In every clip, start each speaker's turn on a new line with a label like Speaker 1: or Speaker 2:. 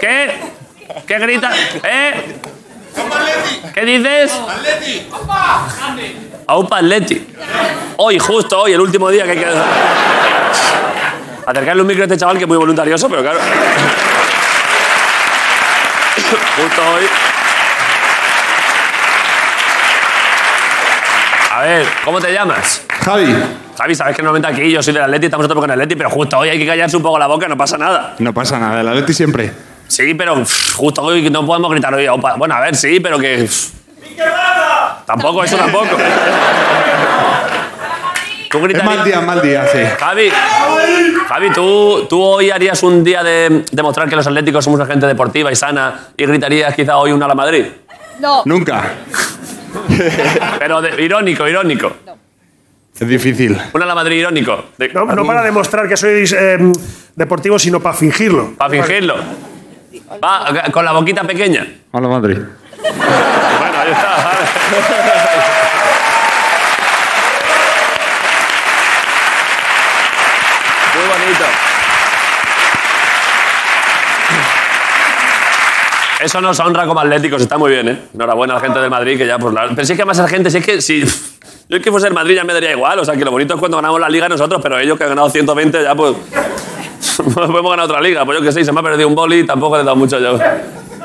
Speaker 1: ¿Qué? ¿Qué gritas? ¿Eh?
Speaker 2: ¡Vamos, Atleti!
Speaker 1: ¿Qué dices?
Speaker 2: ¡Atleti!
Speaker 1: Aupa Atleti. Hoy, justo hoy, el último día que hay que... Acercarle un micro a este chaval que es muy voluntarioso, pero claro... justo hoy... A ver, ¿cómo te llamas?
Speaker 3: Javi.
Speaker 1: Javi, sabes que normalmente aquí yo soy del Atleti, estamos nosotros con el Atleti, pero justo hoy hay que callarse un poco la boca, no pasa nada.
Speaker 3: No pasa nada, el Atleti siempre.
Speaker 1: Sí, pero pff, justo hoy no podemos gritar hoy. opa. Bueno, a ver, sí, pero que. pff, Tampoco, eso tampoco. Tú
Speaker 3: Es
Speaker 1: gritarías.
Speaker 3: mal día, mal día, sí.
Speaker 1: Javi, Javi ¿tú, tú hoy harías un día de demostrar que los atléticos somos una gente deportiva y sana y gritarías quizá hoy una a la Madrid.
Speaker 4: No,
Speaker 3: Nunca.
Speaker 1: Pero de- irónico, irónico.
Speaker 3: Es difícil.
Speaker 1: Una a la Madrid irónico. De-
Speaker 5: No, no para demostrar que sois eh, deportivos, sino para fingirlo.
Speaker 1: Para fingirlo. Va, con la boquita pequeña.
Speaker 3: Hola, Madrid.
Speaker 1: Bueno, ahí está. vale. Muy bonito. Eso nos honra como atléticos, está muy bien, ¿eh? Enhorabuena a la gente de Madrid que ya, pues la... Pero si es que además la gente, si es que si... Yo es que fuese el Madrid ya me daría igual, o sea que lo bonito es cuando ganamos la liga nosotros, pero ellos que han ganado 120 ya pues... No podemos ganar otra liga, pues yo que sé, se me ha perdido un boli y tampoco le he dado mucho yo.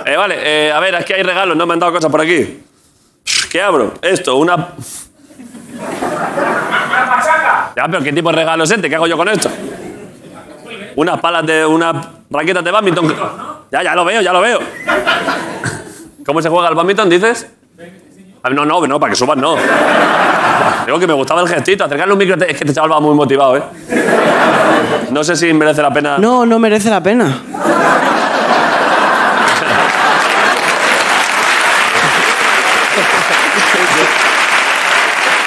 Speaker 1: Eh, vale, eh, a ver, es que hay regalos, no me han dado cosas por aquí. ¿Qué abro? Esto, una... Una Ya, pero ¿qué tipo de regalo es este? ¿Qué hago yo con esto? Unas palas de... unas raquetas de badminton. Ya, ya lo veo, ya lo veo. ¿Cómo se juega el badminton, dices? Ah, No, no, no, para que subas no. Digo que me gustaba el gestito, acercarle un micro... Es que este chaval va muy motivado, ¿eh? No sé si merece la pena...
Speaker 6: No, no merece la pena.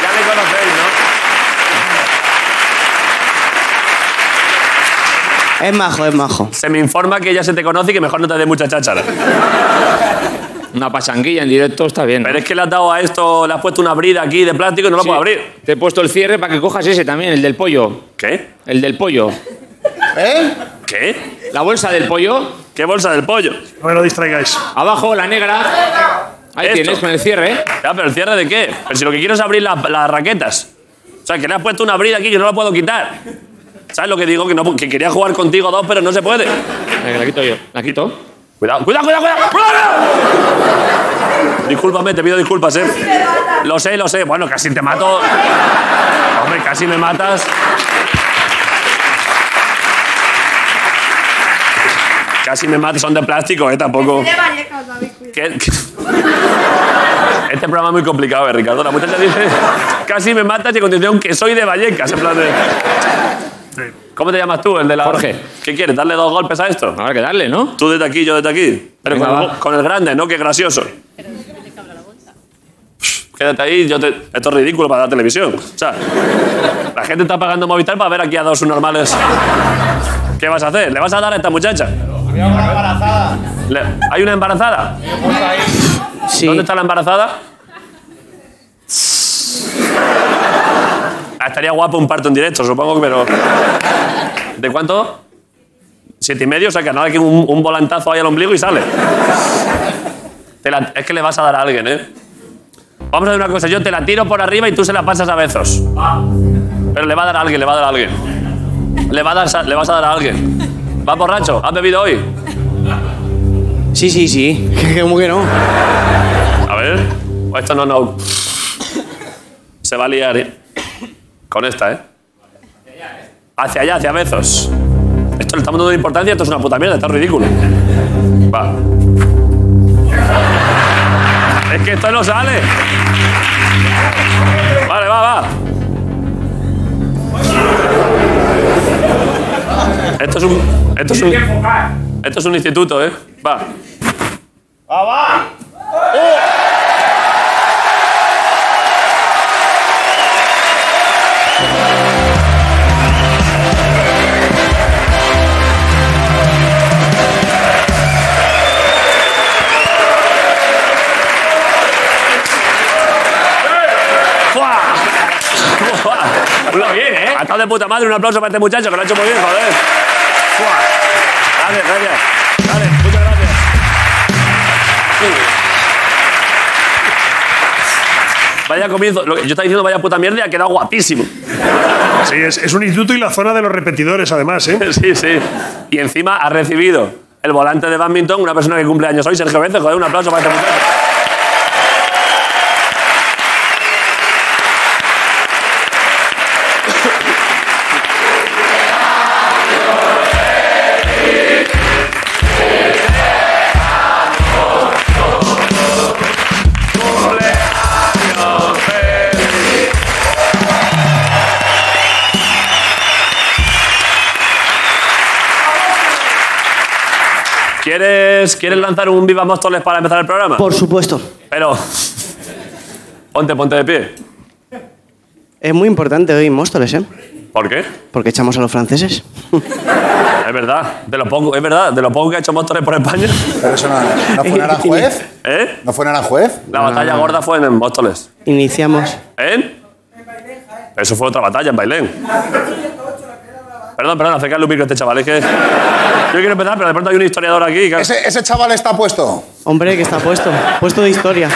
Speaker 1: Ya me conocéis, ¿no?
Speaker 6: Es majo, es majo.
Speaker 1: Se me informa que ya se te conoce y que mejor no te dé mucha cháchara.
Speaker 7: Una pachanguilla en directo está bien.
Speaker 1: Pero es que le has dado a esto, le has puesto una brida aquí de plástico y no la
Speaker 7: Sí.
Speaker 1: puedo abrir.
Speaker 7: Te he puesto el cierre para que cojas ese también, el del pollo.
Speaker 1: ¿Qué?
Speaker 7: El del pollo.
Speaker 1: ¿Qué?
Speaker 7: La bolsa del pollo.
Speaker 1: ¿Eh? ¿Qué bolsa del pollo?
Speaker 5: No me lo distraigáis.
Speaker 7: Abajo, la negra. Ahí
Speaker 1: Esto.
Speaker 7: tienes, con el cierre.
Speaker 1: Ya, pero el cierre de qué? Pero si lo que quiero es abrir la- las raquetas. O sea, que le has puesto una brida aquí que no la puedo quitar. ¿Sabes lo que digo? Que, no, que quería jugar contigo dos, pero no se puede.
Speaker 7: Venga, La quito yo. La quito.
Speaker 1: Cuidado, cuidado, cuidado, cuidado. ¡Cuidado! Discúlpame, te pido disculpas, ¿eh? Lo sé, lo sé. Bueno, casi te mato. Hombre, casi me matas. Casi me matas, son de plástico, ¿eh? Tampoco.
Speaker 4: de Vallecas, David, cuidado.
Speaker 1: ¿Qué- qué? Este programa es muy complicado, ¿eh, Ricardo? La muchacha dice, casi me matas y a continuación que soy de Vallecas. En plan de... ¿Cómo te llamas tú, el de la...
Speaker 7: Jorge.
Speaker 1: ¿Qué quieres? ¿Darle dos golpes a esto?
Speaker 7: Habrá que darle, ¿no?
Speaker 1: Tú desde aquí, yo desde aquí. Pero
Speaker 7: Venga,
Speaker 1: con, el,
Speaker 7: va.
Speaker 1: con el grande, ¿no? Qué gracioso. Pff, Quédate ahí, yo te... esto es ridículo para la televisión. O sea, la gente está pagando Movistar para ver aquí a dos normales. ¿Qué vas a hacer? ¿Le vas a dar a esta muchacha? Le- ¿Hay una embarazada?
Speaker 6: Sí.
Speaker 1: ¿Dónde está la embarazada? Ah, Estaría guapo un parto en directo, supongo, pero. ¿De cuánto? Siete y medio, o sea que nada que un, un volantazo ahí al ombligo y sale. Te la- es que le vas a dar a alguien, ¿eh? Vamos a hacer una cosa, yo te la tiro por arriba y tú se la pasas a Bezos. Pero le va a dar a alguien, le va a dar a alguien. Le, va a dar, sa- le vas a dar a alguien. ¿Vas borracho? ¿Has bebido hoy?
Speaker 6: Sí, sí, sí. ¿Cómo que no?
Speaker 1: A ver. Esto no, no. Se va a liar, ¿eh? Con esta, ¿eh? Hacia allá, hacia Bezos. Esto le estamos dando importancia, esto es una puta mierda, está ridículo. Va. Es que esto no sale. Vale, va, va. Esto es un. Esto es un. Esto es un instituto, ¿eh? Va. ¡Fua! ¡Fua! Muy bien, ¿eh? Ha estado de puta madre. Un aplauso para este muchacho que lo ha hecho muy bien, joder. ¡Fua! Gracias, gracias. Dale, muchas gracias.
Speaker 7: vaya comienzo. Lo que yo estaba diciendo, vaya puta mierda, y ha quedado guapísimo.
Speaker 8: Sí, es, es un instituto y la zona de los repetidores, además, ¿eh?
Speaker 7: Sí, sí. Y encima ha recibido el volante de badminton, una persona que cumple años hoy, Sergio Vence. Joder, un aplauso para este muchacho. ¿Quieres, ¿Quieres lanzar un Viva Móstoles para empezar el programa?
Speaker 1: Por supuesto.
Speaker 7: Pero. Ponte, ponte de pie.
Speaker 1: Es muy importante hoy Móstoles, ¿eh?
Speaker 7: ¿Por qué?
Speaker 1: Porque echamos a los franceses.
Speaker 7: Es verdad, de lo poco, es verdad, de lo poco que ha hecho Móstoles por España.
Speaker 9: Pero eso no, ¿no fue Naranjuez?
Speaker 7: ¿Eh?
Speaker 9: ¿No fue Naranjuez?
Speaker 7: La batalla gorda fue en Móstoles.
Speaker 1: Iniciamos.
Speaker 7: ¿En? Eso fue otra batalla en Bailén. Perdón, perdón, acercarle un micro a este chaval. Es que yo quiero empezar, pero de pronto hay un historiador aquí. que-
Speaker 9: ¿Ese, ese chaval está puesto.
Speaker 1: Hombre, que está puesto. Puesto de historia.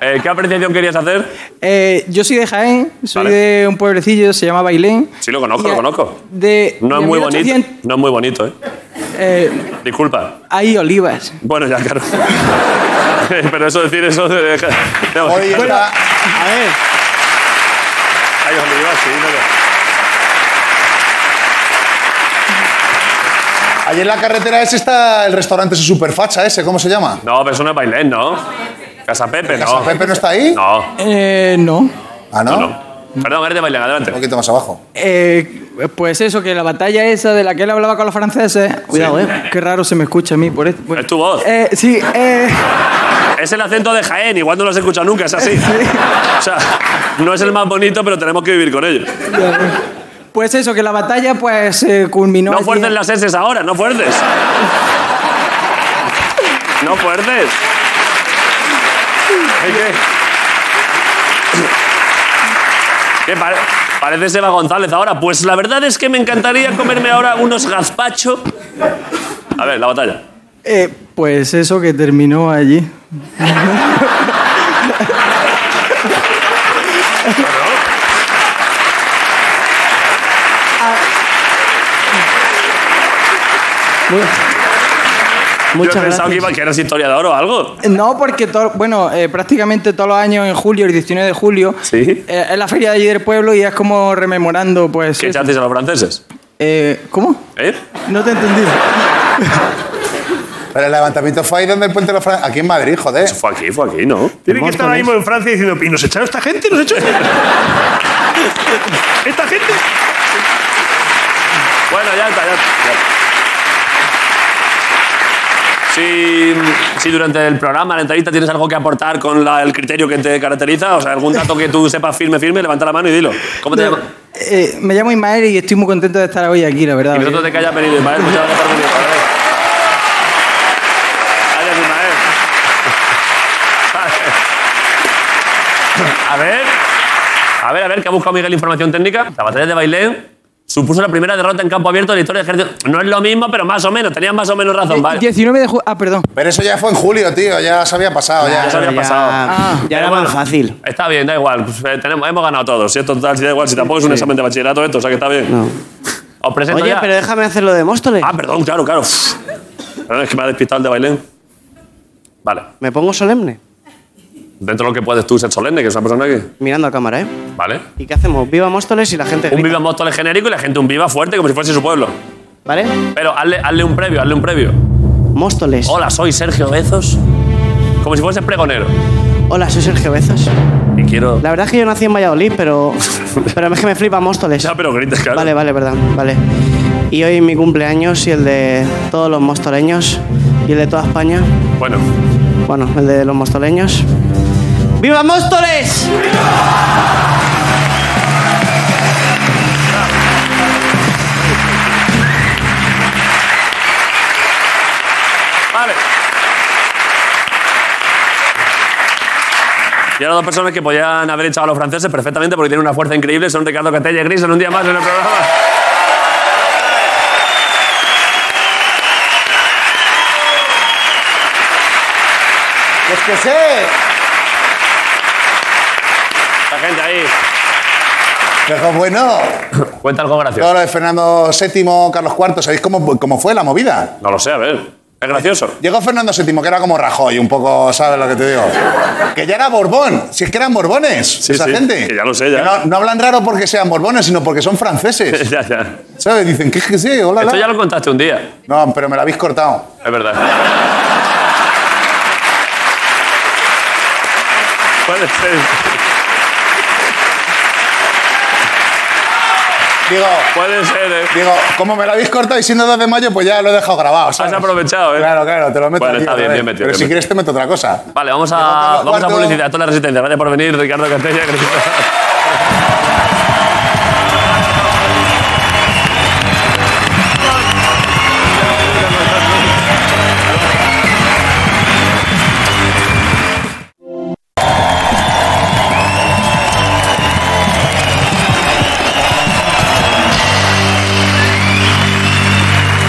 Speaker 7: Eh, ¿Qué apreciación querías hacer?
Speaker 6: Eh, yo soy de Jaén, soy
Speaker 7: Vale.
Speaker 6: de un pueblecillo, se llama Bailén.
Speaker 7: Sí, lo conozco,
Speaker 6: Y
Speaker 7: lo
Speaker 6: a-
Speaker 7: conozco.
Speaker 6: De,
Speaker 7: No
Speaker 6: de
Speaker 7: es muy
Speaker 6: 1800,
Speaker 7: bonito. No es muy bonito, ¿eh?
Speaker 6: eh,
Speaker 7: Disculpa.
Speaker 6: hay olivas.
Speaker 7: Bueno, ya, claro. pero eso decir eso. de- de-
Speaker 9: Hoy
Speaker 7: Bueno,
Speaker 9: está-
Speaker 1: A ver.
Speaker 7: Ay, Oliva, sí, pero-
Speaker 9: Allí en la carretera ese está el restaurante ese superfacha ese, ¿cómo se llama?
Speaker 7: No, pero eso no es Bailén, ¿no? Casa Pepe,
Speaker 9: ¿Casa
Speaker 7: no.
Speaker 9: Pepe no está ahí?
Speaker 7: No.
Speaker 6: Eh, no.
Speaker 9: Ah, ¿no?
Speaker 7: No, no. Perdón, eres de Bailén, adelante.
Speaker 9: Un poquito más abajo.
Speaker 6: Eh, pues eso, que la batalla esa de la que él hablaba con los franceses. Cuidado, eh. Qué raro se me escucha a mí por esto. Bueno.
Speaker 7: Es tu voz.
Speaker 6: Eh, sí, eh,
Speaker 7: Es el acento de Jaén, igual no lo has escuchado nunca, es así. O sea, no es el más bonito, pero tenemos que vivir con ello.
Speaker 6: pues eso, que la batalla pues eh, culminó.
Speaker 7: No
Speaker 6: allí-
Speaker 7: fuerces las heces ahora, no fuerces. No fuerces. Es que- Que pare- parece Seba González ahora. Pues la verdad es que me encantaría comerme ahora unos gazpacho. A ver, la batalla.
Speaker 6: Eh, pues eso, que terminó allí.
Speaker 1: Muchas
Speaker 7: Yo he pensado
Speaker 1: gracias.
Speaker 7: que, iba- que eras historiador o algo.
Speaker 6: No, porque todo, bueno, eh, prácticamente todos los años en julio, el 19 de julio,
Speaker 7: Sí.
Speaker 6: eh, es la feria de allí del pueblo y es como rememorando, pues.
Speaker 7: ¿Qué
Speaker 6: eso.
Speaker 7: te haces a los franceses?
Speaker 6: Eh, ¿Cómo?
Speaker 7: ¿Eh?
Speaker 6: No te he entendido.
Speaker 9: Pero el levantamiento fue ahí donde el puente de los Fran- Aquí en Madrid, joder.
Speaker 7: Fue aquí, fue aquí, ¿no?
Speaker 8: Tienen que estar ahora mismo en Francia diciendo, ¿y nos echaron esta gente? ¿Nos echaron? ¿Esta gente?
Speaker 7: Bueno, ya está, ya está. ya está. Si, si durante el programa, la entrevista, tienes algo que aportar con la- el criterio que te caracteriza, o sea, algún dato que tú sepas firme, firme, levanta la mano y dilo. ¿Cómo te llamas?
Speaker 6: Eh, me llamo Ismael y estoy muy contento de estar hoy aquí, la verdad.
Speaker 7: Y nosotros de que hayas venido, Ismael. Muchas gracias por venir. joder. Gracias, Ismael. A ver, a ver, a ver, que ha buscado Miguel información técnica. La batalla de Bailén supuso la primera derrota en campo abierto de la historia del ejército. No es lo mismo, pero más o menos. Tenían más o menos razón,
Speaker 6: Eh,
Speaker 7: ¿vale?
Speaker 6: 19 de julio. Ah, perdón.
Speaker 9: Pero eso ya fue en julio, tío, ya se había pasado.
Speaker 7: Ya se
Speaker 9: Ya.
Speaker 7: había pasado.
Speaker 1: Ah, ya era
Speaker 7: Pero
Speaker 1: más
Speaker 7: bueno,
Speaker 1: fácil.
Speaker 7: Está bien, da igual. Pues, eh, tenemos, hemos ganado todos. Si esto total, si da igual, si tampoco es un examen de bachillerato esto, o sea que está bien.
Speaker 1: No.
Speaker 7: Os presento
Speaker 1: Oye,
Speaker 7: ya-
Speaker 1: pero déjame hacer lo de Móstoles.
Speaker 7: Ah, perdón, claro, claro. Perdón, es que me ha despistado el de Bailén. Vale.
Speaker 1: Me pongo solemne.
Speaker 7: Dentro de lo que puedes tú ser solemne, que es una persona que...
Speaker 1: Mirando a cámara, ¿eh?
Speaker 7: Vale.
Speaker 1: ¿Y qué hacemos? Viva Móstoles y la gente
Speaker 7: Un
Speaker 1: grita,
Speaker 7: viva móstoles genérico y la gente un viva fuerte como si fuese su pueblo.
Speaker 1: ¿Vale?
Speaker 7: Pero hazle, hazle un previo, hazle un previo.
Speaker 1: Móstoles.
Speaker 7: Hola, soy Sergio Bezos. Como si fueses pregonero.
Speaker 1: Hola, soy Sergio Bezos.
Speaker 7: Y quiero...
Speaker 1: La verdad es que yo nací en Valladolid, pero. Pero es que me flipa Móstoles.
Speaker 7: Ya, pero grites, claro.
Speaker 1: Vale, vale, verdad, vale. Y hoy mi cumpleaños y el de todos los mostoleños y el de toda España.
Speaker 7: Bueno,
Speaker 1: Bueno, el de los mostoleños. ¡Viva Móstoles!
Speaker 7: vale. Y ahora dos personas que podían haber echado a los franceses perfectamente porque tienen una fuerza increíble son Ricardo Catella y Gris en un día más en el programa.
Speaker 9: Es que sé.
Speaker 7: La gente ahí.
Speaker 9: Pero bueno,
Speaker 7: Cuenta algo gracioso.
Speaker 9: todo lo de Fernando VII, Carlos IV, ¿sabéis cómo, cómo fue la movida?
Speaker 7: No lo sé, a ver. Es gracioso.
Speaker 9: Llegó Fernando VII, que era como Rajoy, un poco, ¿sabes lo que te digo? Que ya era Borbón, si es que eran Borbones, esa
Speaker 7: sí,
Speaker 9: gente.
Speaker 7: que ya lo sé, ya.
Speaker 9: Que No, no hablan raro porque sean Borbones, sino porque son franceses.
Speaker 7: ya, ya.
Speaker 9: ¿Sabes? Dicen, ¿qué es que sí? Hola,
Speaker 7: Esto
Speaker 9: hola.
Speaker 7: ya lo contaste un día.
Speaker 9: No, pero me la habéis cortado.
Speaker 7: Es verdad. Puede ser,
Speaker 9: Digo,
Speaker 7: puede ser, ¿eh?
Speaker 9: digo, como me la habéis cortado y siendo 2 de mayo, pues ya lo he dejado grabado. ¿sabes?
Speaker 7: Has aprovechado, ¿eh?
Speaker 9: Claro, claro, te lo meto.
Speaker 7: Bueno,
Speaker 9: aquí
Speaker 7: está
Speaker 9: otra
Speaker 7: bien,
Speaker 9: vez.
Speaker 7: bien metido,
Speaker 9: Pero
Speaker 7: bien
Speaker 9: si
Speaker 7: metido.
Speaker 9: quieres, te meto otra cosa.
Speaker 7: Vale, vamos a,
Speaker 9: Carlos
Speaker 7: vamos a
Speaker 9: Cuarto.
Speaker 7: publicidad. A toda la resistencia. Gracias por venir, Ricardo Castella. Gracias.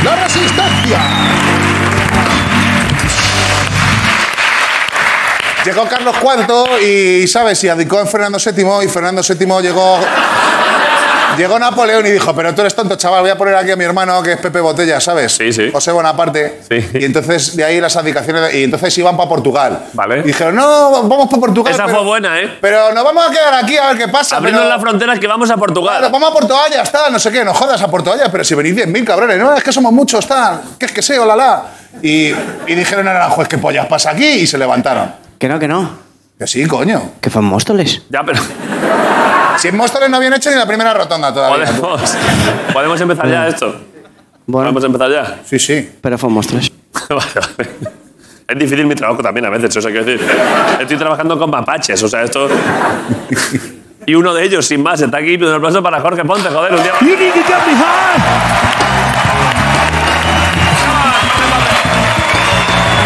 Speaker 9: ¡La resistencia! Llegó Carlos IV y, ¿sabes? Y adicó en Fernando VII y Fernando VII llegó... Llegó Napoleón y dijo, pero tú eres tonto, chaval, voy a poner aquí a mi hermano que es Pepe Botella, ¿sabes?
Speaker 7: Sí, sí.
Speaker 9: José Bonaparte.
Speaker 7: Sí.
Speaker 9: Y entonces de ahí las adicaciones... de- Y entonces iban para Portugal.
Speaker 7: Vale.
Speaker 9: Y dijeron, no, vamos para Portugal.
Speaker 7: Esa
Speaker 9: pero-
Speaker 7: fue buena, ¿eh?
Speaker 9: Pero nos vamos a quedar aquí a ver qué pasa.
Speaker 7: Abriendo
Speaker 9: pero-
Speaker 7: las fronteras que vamos a
Speaker 9: Claro,
Speaker 7: Portugal.
Speaker 9: vamos a Portoalla, ya está, no sé qué, no jodas a Portoalla, pero si venís 10.000 cabrones, no, es que somos muchos, tal, que es que sé, la la. Y, y dijeron a Naranjo, es que pollas pasa aquí, y se levantaron.
Speaker 6: Que no, que no.
Speaker 9: Que sí, coño.
Speaker 6: Que fue en Móstoles.
Speaker 7: Ya, pero
Speaker 9: Si en Móstoles no habían hecho ni la primera rotonda todavía.
Speaker 7: podemos, podemos empezar ya esto.
Speaker 6: Bueno,
Speaker 7: Podemos empezar ya.
Speaker 9: Sí, sí.
Speaker 6: pero fue en Móstoles.
Speaker 7: Vale, vale. Es difícil mi trabajo también a veces, o sea, quiero decir, estoy trabajando con mapaches, o sea, esto... Y uno de ellos, sin más, está aquí, un aplauso para Jorge Ponte, joder, un día...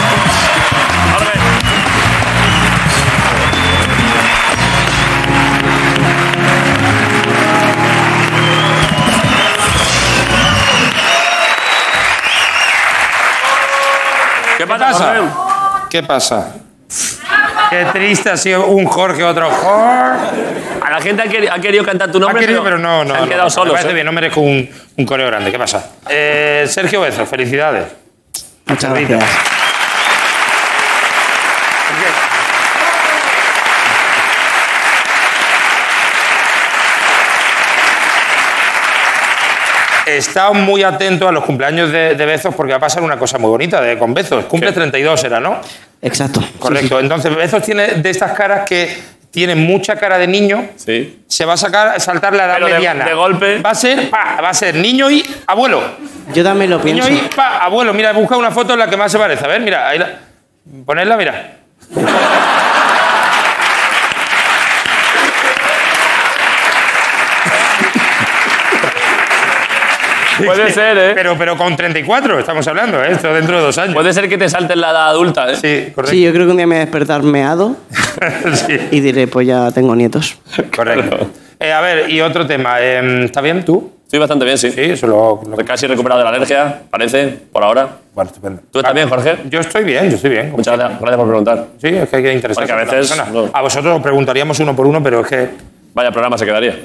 Speaker 7: Jorge. ¿Qué pasa,
Speaker 10: pasa?
Speaker 7: Jorge?
Speaker 10: ¿Qué pasa? Qué triste ha sido un Jorge, otro Jorge.
Speaker 7: A la gente ha queri- ha querido cantar tu
Speaker 10: Ha
Speaker 7: nombre,
Speaker 10: querido, pero no, no.
Speaker 7: se han
Speaker 10: no,
Speaker 7: quedado
Speaker 10: me
Speaker 7: solos.
Speaker 10: parece
Speaker 7: ¿eh?
Speaker 10: bien, no merezco un, un coreo grande. ¿Qué pasa? Eh, Sergio Bezo, felicidades.
Speaker 6: Muchas gracias.
Speaker 10: He estado muy atento a los cumpleaños de, de Bezos porque va a pasar una cosa muy bonita de, con Bezos. Cumple 32 era, ¿no?
Speaker 6: Exacto. Sí,
Speaker 10: Correcto. Entonces, Bezos tiene de estas caras que tiene mucha cara de niño.
Speaker 7: Sí.
Speaker 10: Se va a sacar, saltar la edad
Speaker 7: Pero de-
Speaker 10: mediana.
Speaker 7: de golpe.
Speaker 10: Va a ser, pa, va a ser niño y abuelo.
Speaker 6: sí. Yo también lo
Speaker 10: Niño
Speaker 6: pienso.
Speaker 10: y pa, abuelo, mira, busca una foto en la que más se parece. A ver, mira, ahí la. Ponedla, mira.
Speaker 7: Puede ser, ¿eh?
Speaker 10: Pero, pero con 34 estamos hablando, ¿eh? esto dentro de dos años.
Speaker 7: Puede ser que te salten la edad adulta, ¿eh?
Speaker 10: Sí,
Speaker 6: Sí,
Speaker 10: correcto.
Speaker 6: yo creo que un día me voy a despertar meado
Speaker 10: Sí,
Speaker 6: y diré, pues ya tengo nietos.
Speaker 10: correcto. Eh, a ver, y otro tema. eh, ¿Está bien tú?
Speaker 7: Estoy bastante bien, sí.
Speaker 10: Sí, eso lo. lo-
Speaker 7: Casi recuperado de la alergia, parece, por ahora.
Speaker 10: Bueno, estupendo.
Speaker 7: ¿Tú estás bien, Jorge?
Speaker 10: Yo estoy bien, yo estoy bien. como
Speaker 7: Muchas gracias, gracias por preguntar.
Speaker 10: Sí, es que hay que interesarse
Speaker 7: Porque a
Speaker 10: por la
Speaker 7: veces
Speaker 10: persona.
Speaker 7: no.
Speaker 10: A vosotros os preguntaríamos uno por uno, pero es que.
Speaker 7: Vaya programa se quedaría.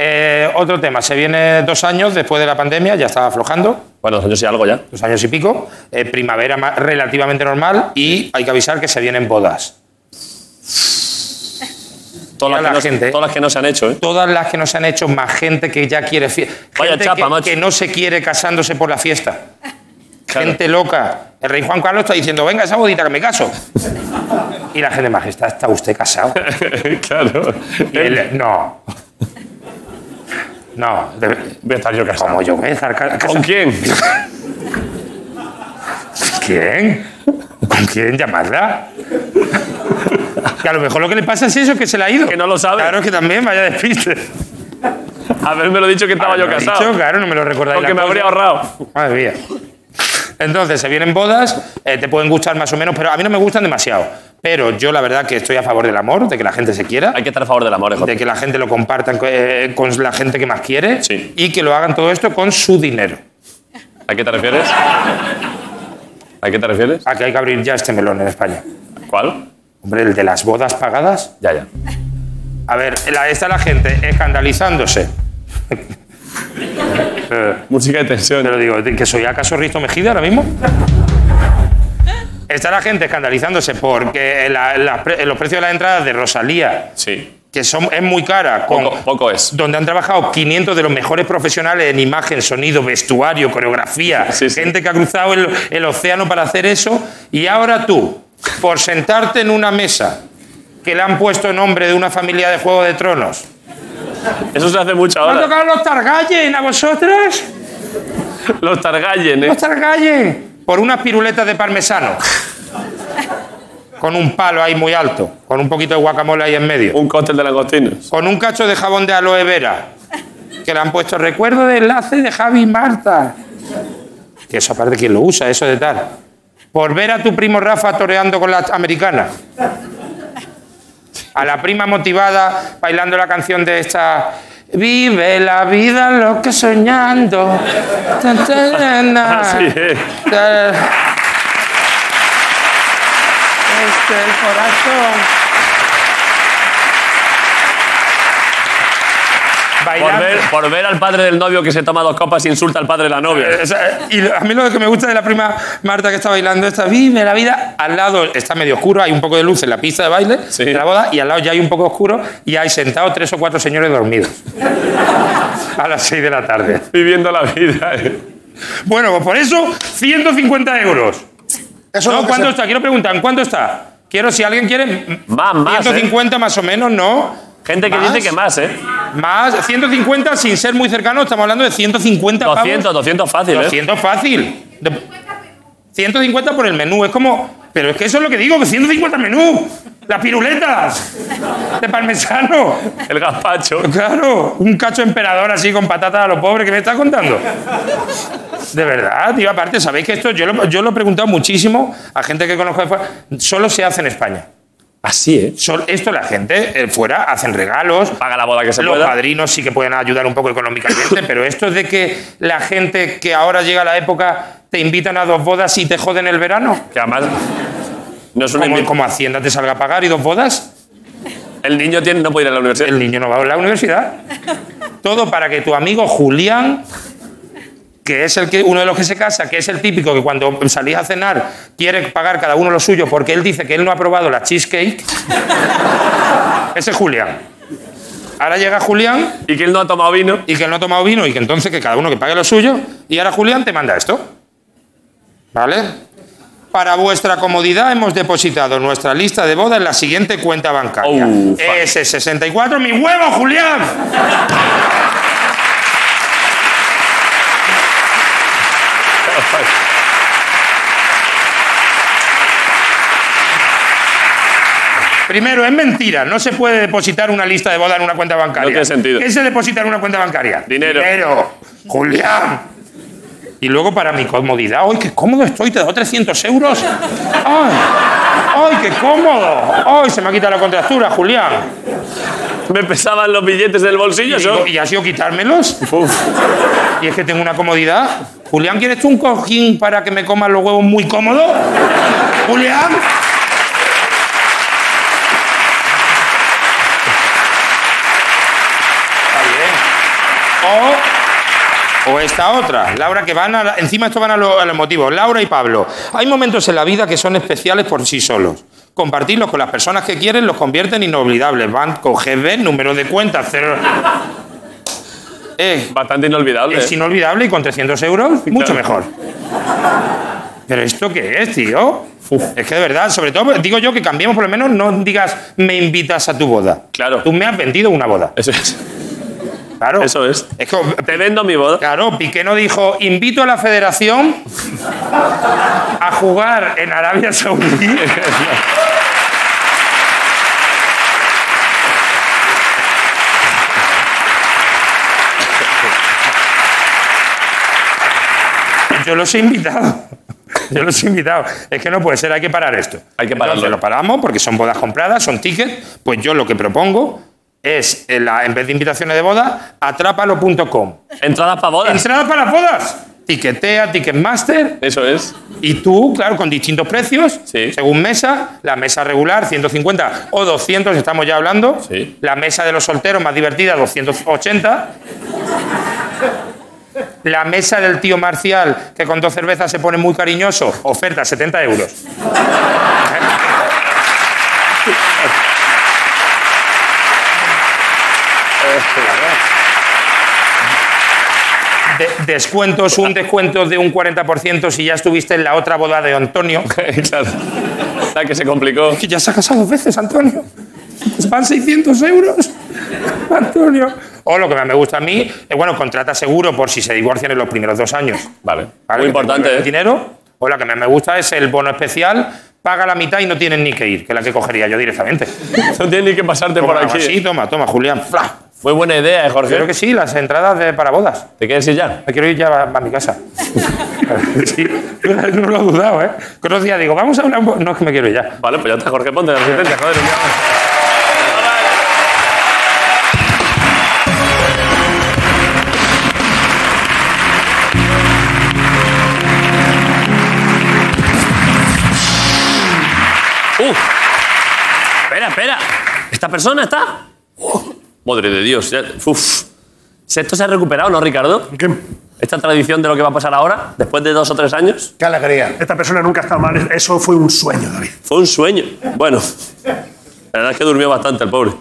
Speaker 10: Eh, otro tema. Se viene dos años después de la pandemia, ya está aflojando.
Speaker 7: Bueno, yo sí algo ya.
Speaker 10: dos años y pico, eh, primavera ma- relativamente normal y hay que avisar que se vienen bodas.
Speaker 7: Todas
Speaker 10: Mira
Speaker 7: las, que
Speaker 10: la
Speaker 7: no,
Speaker 10: gente.
Speaker 7: todas las que no se han hecho, ¿eh?
Speaker 10: Todas las que nos han hecho, más gente que ya quiere fie-
Speaker 7: Vaya
Speaker 10: gente
Speaker 7: chapa,
Speaker 10: que,
Speaker 7: macho.
Speaker 10: que no se quiere casándose por la fiesta.
Speaker 7: Claro.
Speaker 10: Gente loca. El rey Juan Carlos está diciendo, venga, esa bodita que me caso. y la gente, majestad, ¿está usted casado?
Speaker 7: claro.
Speaker 10: Y él, no. No, debe-
Speaker 7: Voy a estar yo casado.
Speaker 10: ¿cómo yo voy a estar ca- casado?
Speaker 7: ¿Con quién?
Speaker 10: ¿Quién? ¿Con quién llamarla? Que a lo mejor lo que le pasa es eso, que se le ha ido.
Speaker 7: Que no lo sabe.
Speaker 10: Claro que también, vaya despiste.
Speaker 7: Haberme lo dicho que estaba
Speaker 10: Ah,
Speaker 7: yo
Speaker 10: lo he
Speaker 7: casado.
Speaker 10: dicho, claro, no me lo recordáis.
Speaker 7: porque
Speaker 10: la
Speaker 7: me
Speaker 10: cosa.
Speaker 7: habría ahorrado.
Speaker 10: Madre mía. Entonces, se vienen bodas, eh, te pueden gustar más o menos, pero a mí no me gustan demasiado. Pero yo la verdad que estoy a favor del amor, de que la gente se quiera,
Speaker 7: Hay que estar a favor del amor, ¿eh,
Speaker 10: de
Speaker 7: Jorge.
Speaker 10: que la gente lo compartan eh, con la gente que más quiere
Speaker 7: Sí.
Speaker 10: y que lo hagan todo esto con su dinero.
Speaker 7: ¿A qué te refieres? ¿A qué te refieres?
Speaker 10: Aquí hay que abrir ya este melón en España.
Speaker 7: ¿Cuál?
Speaker 10: Hombre, el de las bodas pagadas.
Speaker 7: Ya, ya.
Speaker 10: A ver, la, está la gente escandalizándose. Eh,
Speaker 7: Música de tensión.
Speaker 10: Te lo digo, ¿que soy acaso Risto Mejide ahora mismo? Está la gente escandalizándose porque la- las pre- los precios de las entradas de Rosalía,
Speaker 7: Sí.
Speaker 10: que son, es muy cara, con-
Speaker 7: Poco, poco es.
Speaker 10: donde han trabajado 500 de los mejores profesionales en imagen, sonido, vestuario, coreografía,
Speaker 7: Sí, sí.
Speaker 10: gente que ha cruzado el, el océano para hacer eso, y ahora tú, por sentarte en una mesa que le han puesto nombre de una familia de Juego de Tronos,
Speaker 7: Eso se hace mucho
Speaker 10: ¿no
Speaker 7: ahora.
Speaker 10: tocaron los Targaryen a vosotros?
Speaker 7: Los Targaryen, ¿eh?
Speaker 10: Los Targaryen, por unas piruletas de parmesano. Con un palo ahí muy alto, con un poquito de guacamole ahí en medio.
Speaker 7: Un cóctel de langostinos.
Speaker 10: con un cacho de jabón de aloe vera que le han puesto recuerdo de enlace de Javi y Marta. Que eso aparte quién lo usa, eso de tal. Por ver a tu primo Rafa toreando con la americana. A la prima motivada bailando la canción de esta Vive la vida lo que soñando. Tan, tan, tan, tan.
Speaker 7: Así es.
Speaker 10: Tan. Este el corazón.
Speaker 7: Por
Speaker 10: Bailando.
Speaker 7: ver, por ver al padre del novio que se toma dos copas e insulta al padre de la novia.
Speaker 10: O sea, y lo- a mí lo que me gusta de la prima Marta que está bailando esta vive la vida al lado está medio oscuro hay un poco de luz en la pista de baile
Speaker 7: Sí.
Speaker 10: de la boda y al lado ya hay un poco oscuro y hay sentados tres o cuatro señores dormidos a las seis de la tarde
Speaker 7: Viviendo la vida. ¿eh?
Speaker 10: bueno pues por eso 150 euros
Speaker 9: Eso
Speaker 10: no,
Speaker 9: es lo que
Speaker 10: ¿cuánto
Speaker 9: se-
Speaker 10: está? quiero preguntar ¿cuánto está? quiero si alguien quiere
Speaker 7: Más, más. ¿eh?
Speaker 10: 150 más o menos ¿no?
Speaker 7: Gente que
Speaker 10: ¿Más?
Speaker 7: dice que más, ¿eh?
Speaker 10: más 150 sin ser muy cercano estamos hablando de 150 pavos.
Speaker 7: 200, 200 fácil, ¿eh?
Speaker 10: 200 fácil. De- 150 por el menú. Es como. Pero es que eso es lo que digo: que 150 el menú. Las piruletas. De parmesano.
Speaker 7: El gazpacho.
Speaker 10: Claro. Un cacho emperador así con patatas a lo pobre. ¿Qué me estás contando? De verdad, tío. Aparte, sabéis que esto. Yo lo, yo lo he preguntado muchísimo a gente que conozco de fuera. Solo se hace en España.
Speaker 7: Así, ¿eh?
Speaker 10: Sol- esto la gente eh, fuera hacen regalos.
Speaker 7: Paga la boda que se
Speaker 10: Los
Speaker 7: pueda.
Speaker 10: padrinos sí que pueden ayudar un poco económicamente, pero esto de que la gente que ahora llega a la época te invitan a dos bodas y te joden el verano.
Speaker 7: Que además. No es una
Speaker 10: Como,
Speaker 7: invi-
Speaker 10: como Hacienda te salga a pagar y dos bodas,
Speaker 7: El niño tiene, no puede ir a la universidad.
Speaker 10: el niño no va a la universidad. Todo para que tu amigo Julián, que es el que, uno de los que se casa, que es el típico que cuando salís a cenar quiere pagar cada uno lo suyo porque él dice que él no ha probado la cheesecake. Ese es Julián. Ahora llega Julián
Speaker 7: Y que él no ha tomado vino.
Speaker 10: y que él no ha tomado vino y que entonces que cada uno que pague lo suyo. Y ahora Julián te manda esto. ¿Vale? Para vuestra comodidad hemos depositado nuestra lista de boda en la siguiente cuenta bancaria.
Speaker 7: Oh, fuck.
Speaker 10: s 64, mi huevo, Julián. Primero, es mentira. No se puede depositar una lista de boda en una cuenta bancaria.
Speaker 7: No tiene sentido.
Speaker 10: ¿Qué se deposita en una cuenta bancaria?
Speaker 7: Dinero.
Speaker 10: Dinero. Julián. Y luego para mi comodidad, ¡ay, qué cómodo estoy! ¿Te he dado 300 euros? ¡Ay, ay qué cómodo! ¡Ay, se me ha quitado la contractura, Julián!
Speaker 7: Me pesaban los billetes del
Speaker 10: Y,
Speaker 7: bolsillo,
Speaker 10: digo,
Speaker 7: yo.
Speaker 10: ¿y ha sido quitármelos?
Speaker 7: Uf.
Speaker 10: Y es que tengo una comodidad. Julián, ¿quieres tú un cojín para que me coman los huevos muy cómodo? Julián. Está bien. O, o esta otra, Laura, que van a... la- encima esto van a, lo- a los motivos. Laura y Pablo, hay momentos en la vida que son especiales por sí solos. Compartirlos con las personas que quieren los convierte en inolvidables. Banco, GB, número de cuenta, cero... Eh,
Speaker 7: Bastante inolvidable.
Speaker 10: es
Speaker 7: ¿eh?
Speaker 10: inolvidable y con 300 euros, mucho mejor. Pero esto qué es, tío? Es que de verdad, sobre todo, digo yo que cambiemos, por lo menos no digas, me invitas a tu boda.
Speaker 7: Claro.
Speaker 10: Tú me has vendido una boda.
Speaker 7: Eso es.
Speaker 10: Claro.
Speaker 7: Eso es.
Speaker 10: Es que,
Speaker 7: Te vendo mi boda.
Speaker 10: claro, Piqué no dijo, invito a la federación a jugar en Arabia Saudí. Yo los he invitado. Yo los he invitado. Es que no puede ser, hay que parar esto.
Speaker 7: Hay que
Speaker 10: Entonces,
Speaker 7: pararlo.
Speaker 10: lo paramos porque son bodas compradas, son tickets. Pues yo lo que propongo es, en, la- en vez de invitaciones de boda, atrápalo.com.
Speaker 7: Entradas para bodas.
Speaker 10: Entradas para las bodas. Tiquetea, Ticketmaster.
Speaker 7: Eso es.
Speaker 10: Y tú, claro, con distintos precios,
Speaker 7: Sí.
Speaker 10: según mesa, la mesa regular 150 o 200, estamos ya hablando.
Speaker 7: Sí.
Speaker 10: La mesa de los solteros más divertida 280. La mesa del tío Marcial, que con dos cervezas se pone muy cariñoso, oferta 70 euros. De- descuentos, un descuento de un 40% si ya estuviste en la otra boda de Antonio.
Speaker 7: claro. La que se complicó.
Speaker 10: Que ya se ha casado dos veces, Antonio. Pues Van 600 euros. Antonio. O lo que más me gusta a mí es, bueno, contrata seguro por si se divorcian en los primeros dos años.
Speaker 7: Vale.
Speaker 10: ¿Vale?
Speaker 7: Muy
Speaker 10: Que te devuelven
Speaker 7: importante,
Speaker 10: el
Speaker 7: ¿eh?
Speaker 10: dinero. O la que más me gusta es el bono especial, paga la mitad y no tienes ni que ir, que es la que cogería yo directamente.
Speaker 7: No tienes ni que pasarte por
Speaker 10: Toma,
Speaker 7: aquí.
Speaker 10: Sí, toma, toma, Julián. Fla.
Speaker 7: Muy buena idea, ¿eh, Jorge.
Speaker 10: Creo que sí, las entradas de, para bodas.
Speaker 7: ¿Te quieres ir ya?
Speaker 10: Me quiero ir ya a, a mi casa. Sí, no lo he dudado, ¿eh? Que otro día digo, vamos a hablar un poco. No, es que me quiero ir ya.
Speaker 7: Vale, pues ya está, Jorge, ponte la resistencia, joder. un día más. ¡Uh! Espera, espera. ¿Esta persona está? ¡Oh! Madre de Dios. ya- Uf. ¿Esto se ha recuperado, no, Ricardo?
Speaker 11: ¿Qué?
Speaker 7: Esta tradición de lo que va a pasar ahora, después de dos o tres años,
Speaker 9: Qué alegría.
Speaker 11: Esta persona nunca ha estado mal. Eso fue un sueño, David.
Speaker 7: fue un sueño. Bueno, la verdad es que durmió bastante el pobre.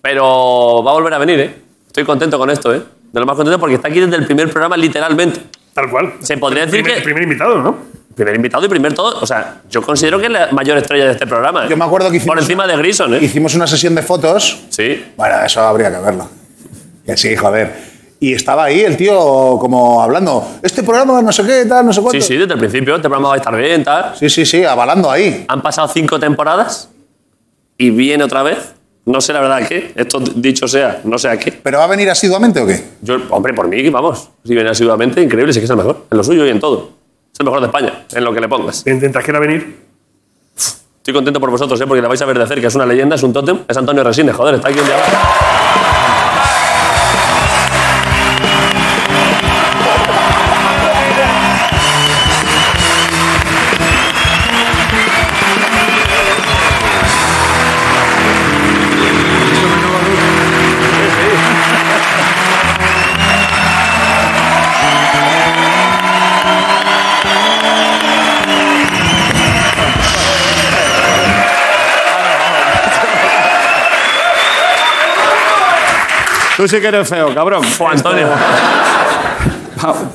Speaker 7: Pero va a volver a venir, ¿eh? Estoy contento con esto, ¿eh? De lo más contento porque está aquí desde el primer programa, literalmente.
Speaker 11: Tal cual.
Speaker 7: Se podría decir
Speaker 11: Primer,
Speaker 7: que-
Speaker 11: primer invitado, ¿no?
Speaker 7: Primer invitado y primer todo. O sea, yo considero que es la mayor estrella de este programa. ¿eh?
Speaker 9: Yo me acuerdo que hicimos-
Speaker 7: Por encima de Grison, ¿eh?
Speaker 9: Hicimos una sesión de fotos.
Speaker 7: Sí.
Speaker 9: Bueno, eso habría que verlo. Que sí, joder. Y estaba ahí el tío como hablando, este programa no sé qué, tal, no sé
Speaker 7: Sí,
Speaker 9: cuánto.
Speaker 7: sí, desde el principio. Este programa va a estar bien, tal.
Speaker 9: sí, sí, sí, avalando ahí.
Speaker 7: Han pasado cinco temporadas y viene otra vez. No sé la verdad qué. Esto dicho sea, no sé a qué.
Speaker 9: ¿Pero va a venir asiduamente o qué?
Speaker 7: Yo, hombre, por mí, vamos. Si viene asiduamente, increíble, sí que es el mejor. En lo suyo y en todo. Es el mejor de España, en lo que le pongas.
Speaker 11: Intentas que era venir.
Speaker 7: Estoy contento por vosotros, ¿eh? porque la vais a ver de cerca. Es una leyenda, es un tótem. Es Antonio Resines, joder, está aquí un día más.
Speaker 5: Tú sí que eres feo, cabrón.
Speaker 7: Fu, Antonio,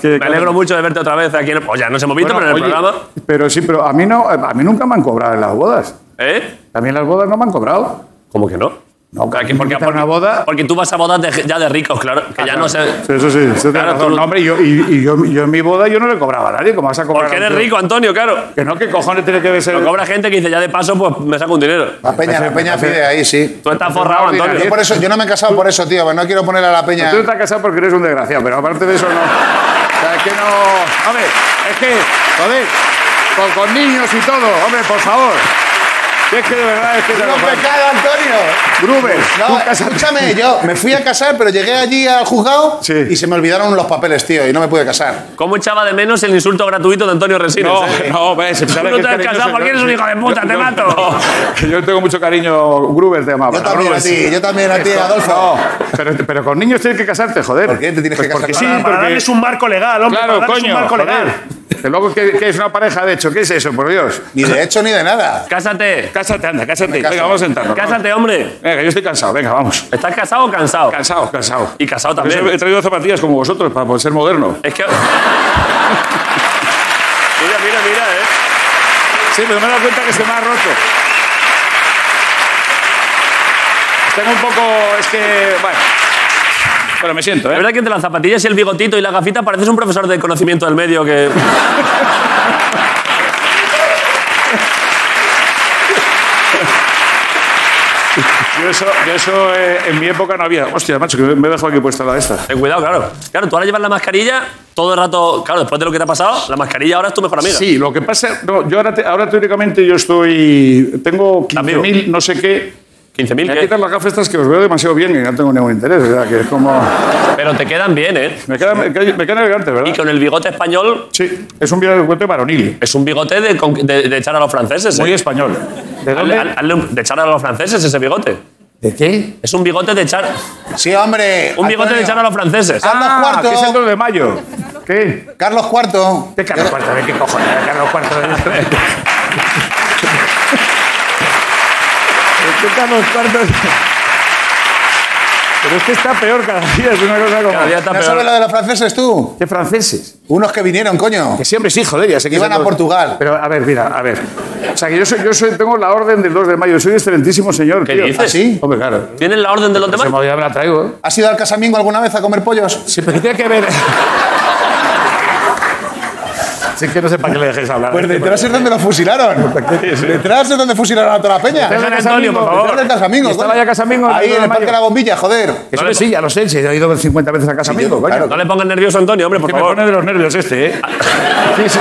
Speaker 5: Que-
Speaker 7: me alegro mucho de verte otra vez aquí. En el... Oye, ya nos hemos visto,
Speaker 5: Bueno,
Speaker 7: pero en el
Speaker 5: oye,
Speaker 7: programa.
Speaker 5: Pero sí, pero a mí, no, a mí nunca me han cobrado en las bodas.
Speaker 7: ¿Eh?
Speaker 5: A mí en las bodas no me han cobrado.
Speaker 7: ¿Cómo que no?
Speaker 5: No,
Speaker 7: Porque-
Speaker 5: que me
Speaker 7: porque,
Speaker 5: invitan a una boda.
Speaker 7: porque tú vas a bodas de- ya de ricos, claro. Que ya no sé.
Speaker 5: Sí, eso sí, eso tiene
Speaker 7: Claro,
Speaker 5: razón.
Speaker 7: tú-
Speaker 5: No, hombre, yo, y, y yo, yo en mi boda yo no le cobraba a nadie. ¿Cómo vas a cobrar? a
Speaker 7: Porque
Speaker 5: un
Speaker 7: eres
Speaker 5: tío?
Speaker 7: rico, Antonio, claro.
Speaker 5: Que no, que cojones tiene que ver ser.
Speaker 7: Lo cobra gente que dice, ya de paso, pues me saco un dinero.
Speaker 9: La peña, la peña pide ahí, sí.
Speaker 7: Tú estás forrado, Antonio.
Speaker 9: Yo, por eso, yo no me he casado por eso, tío, pero no quiero poner a la peña.
Speaker 5: Tú estás casado porque eres un desgraciado, pero aparte de eso no. O sea, es que no. Hombre, es que, joder, con, con niños y todo, hombre, por favor. Si es que de verdad es que te
Speaker 9: ¡No
Speaker 5: lo
Speaker 9: pecado, Antonio! No,
Speaker 5: Gruber,
Speaker 9: eh.
Speaker 5: tú cásate.
Speaker 9: escúchame, yo me fui a casar, pero llegué allí al juzgado
Speaker 5: Sí.
Speaker 9: y se me olvidaron los papeles, tío, y no me pude casar.
Speaker 7: ¿Cómo echaba de menos el insulto gratuito de Antonio Resines?
Speaker 3: No,
Speaker 7: eh?
Speaker 3: no, ves,
Speaker 7: Tú
Speaker 3: ¿sabes
Speaker 7: no
Speaker 3: qué
Speaker 7: te has
Speaker 3: cariño
Speaker 7: casado
Speaker 3: soy
Speaker 7: porque
Speaker 3: yo?
Speaker 7: eres un hijo de puta,
Speaker 3: Yo-
Speaker 7: te
Speaker 3: yo-
Speaker 7: mato.
Speaker 5: Que Yo tengo mucho cariño, Gruber te amaba.
Speaker 9: Yo también a ti, yo también a ti, Adolfo. Pues
Speaker 5: No, pero, pero con niños tienes que casarte, joder. Pues
Speaker 9: ¿Por qué te tienes que casar
Speaker 5: Porque
Speaker 9: con
Speaker 5: sí,
Speaker 11: Para, para
Speaker 5: porque-
Speaker 11: darles un marco legal, hombre.
Speaker 5: Claro,
Speaker 11: para darles
Speaker 5: coño.
Speaker 11: un marco
Speaker 5: joder.
Speaker 11: legal.
Speaker 5: Que luego, ¿qué, qué es una pareja de hecho? ¿Qué es eso, por Dios?
Speaker 9: Ni de hecho ni de nada.
Speaker 7: Cásate.
Speaker 5: Cásate, anda, cásate.
Speaker 9: caso.
Speaker 5: Venga, vamos a sentarnos.
Speaker 7: Cásate, hombre.
Speaker 5: Venga, yo estoy cansado, venga, vamos.
Speaker 7: ¿Estás casado o cansado?
Speaker 5: Cansado, cansado.
Speaker 7: Y casado
Speaker 5: Por eso
Speaker 7: también.
Speaker 5: pues he traído zapatillas como vosotros para poder ser moderno.
Speaker 7: Es que. mira, mira, mira, eh.
Speaker 5: Sí, pero me he dado cuenta que se me ha roto. Tengo un poco. Es que. Bueno. Pero me siento,
Speaker 7: La
Speaker 5: ¿eh?
Speaker 7: verdad que entre las zapatillas y el bigotito y la gafita pareces un profesor de conocimiento del medio que.
Speaker 5: Yo eso, yo eso eh, en mi época no había. Hostia, macho, que me me he dejado aquí puesta la esta.
Speaker 7: Ten cuidado, claro. Claro, tú ahora llevas la mascarilla todo el rato. Claro, después de lo que te ha pasado, la mascarilla ahora es tu mejor amiga.
Speaker 5: Sí, lo que pasa. No, yo ahora, te- ahora teóricamente yo estoy. Tengo
Speaker 7: Amigo.
Speaker 5: 15.000, no sé qué. Me voy a
Speaker 7: 15.000. ¿qué?
Speaker 5: quitar las gafas estas que os veo demasiado bien y no tengo ningún interés. O sea, que es como...
Speaker 7: Pero te quedan bien, ¿eh?
Speaker 5: Me queda, me queda, me queda elegante,
Speaker 7: Y
Speaker 5: ¿verdad?
Speaker 7: con el bigote español
Speaker 5: Sí, es un bigote varonil.
Speaker 7: es un bigote de, con- de- de echar a los franceses. ¿eh?
Speaker 5: Muy español. ¿De
Speaker 7: Hazle-
Speaker 5: dónde?
Speaker 7: hazle un- de echar a los franceses ese bigote.
Speaker 5: ¿De qué?
Speaker 7: Es un bigote de echar.
Speaker 9: Sí, hombre.
Speaker 7: Un bigote de
Speaker 9: Antonio.
Speaker 7: echar a los franceses.
Speaker 9: Carlos
Speaker 5: Ah, que es el
Speaker 9: Cuarto.
Speaker 5: 2 de mayo. ¿Qué?
Speaker 9: Carlos Cuarto.
Speaker 5: ¿De Carlos Cuarto? ¿De qué cojones? ¿De Carlos Cuarto? ¿De ¿De qué Carlos Cuarto? Pero es que está peor cada día, es una cosa como...
Speaker 7: Cada día está
Speaker 9: ¿No
Speaker 7: peor.
Speaker 9: sabes lo de los franceses tú?
Speaker 5: ¿Qué franceses?
Speaker 9: Unos que vinieron, coño.
Speaker 5: Que siempre sí, joder, ya sé que
Speaker 9: Iban
Speaker 5: son
Speaker 9: a
Speaker 5: dos-
Speaker 9: Portugal.
Speaker 5: Pero a ver, mira, a ver. O sea, que yo, soy, yo soy, tengo la orden del 2 de mayo, soy excelentísimo señor.
Speaker 7: ¿Qué
Speaker 5: tío.
Speaker 7: dices?
Speaker 5: ¿Ah, sí? Hombre, claro.
Speaker 7: ¿Tienen la orden de los
Speaker 5: No se
Speaker 7: demás?
Speaker 5: me olvida, me la traigo, ¿eh?
Speaker 9: ¿Has ido al Casamingo alguna vez a comer pollos?
Speaker 5: Sí, pero ¿qué tiene que ver? Sí, que no sé para qué le dejéis hablar.
Speaker 9: Pues detrás es donde los fusilaron. Detrás es donde fusilaron a toda la peña.
Speaker 5: Detrás de
Speaker 7: Antonio, por favor.
Speaker 9: Detrás del Casamingo.
Speaker 5: Y estaba
Speaker 9: coño.
Speaker 5: ya Casamingo en el
Speaker 9: Ahí
Speaker 5: dos
Speaker 9: en
Speaker 5: de
Speaker 9: el Parque
Speaker 5: mayo.
Speaker 9: de la Bombilla, joder.
Speaker 5: Que sí, sí, ya lo sé, si he ido 50 veces a casa
Speaker 9: Sí,
Speaker 5: amigo,
Speaker 9: yo-
Speaker 5: coño.
Speaker 9: claro.
Speaker 7: No le pongas nervioso, Antonio, hombre, por
Speaker 5: Que me
Speaker 7: favor.
Speaker 5: pone de los nervios este, ¿eh? Sí, sí.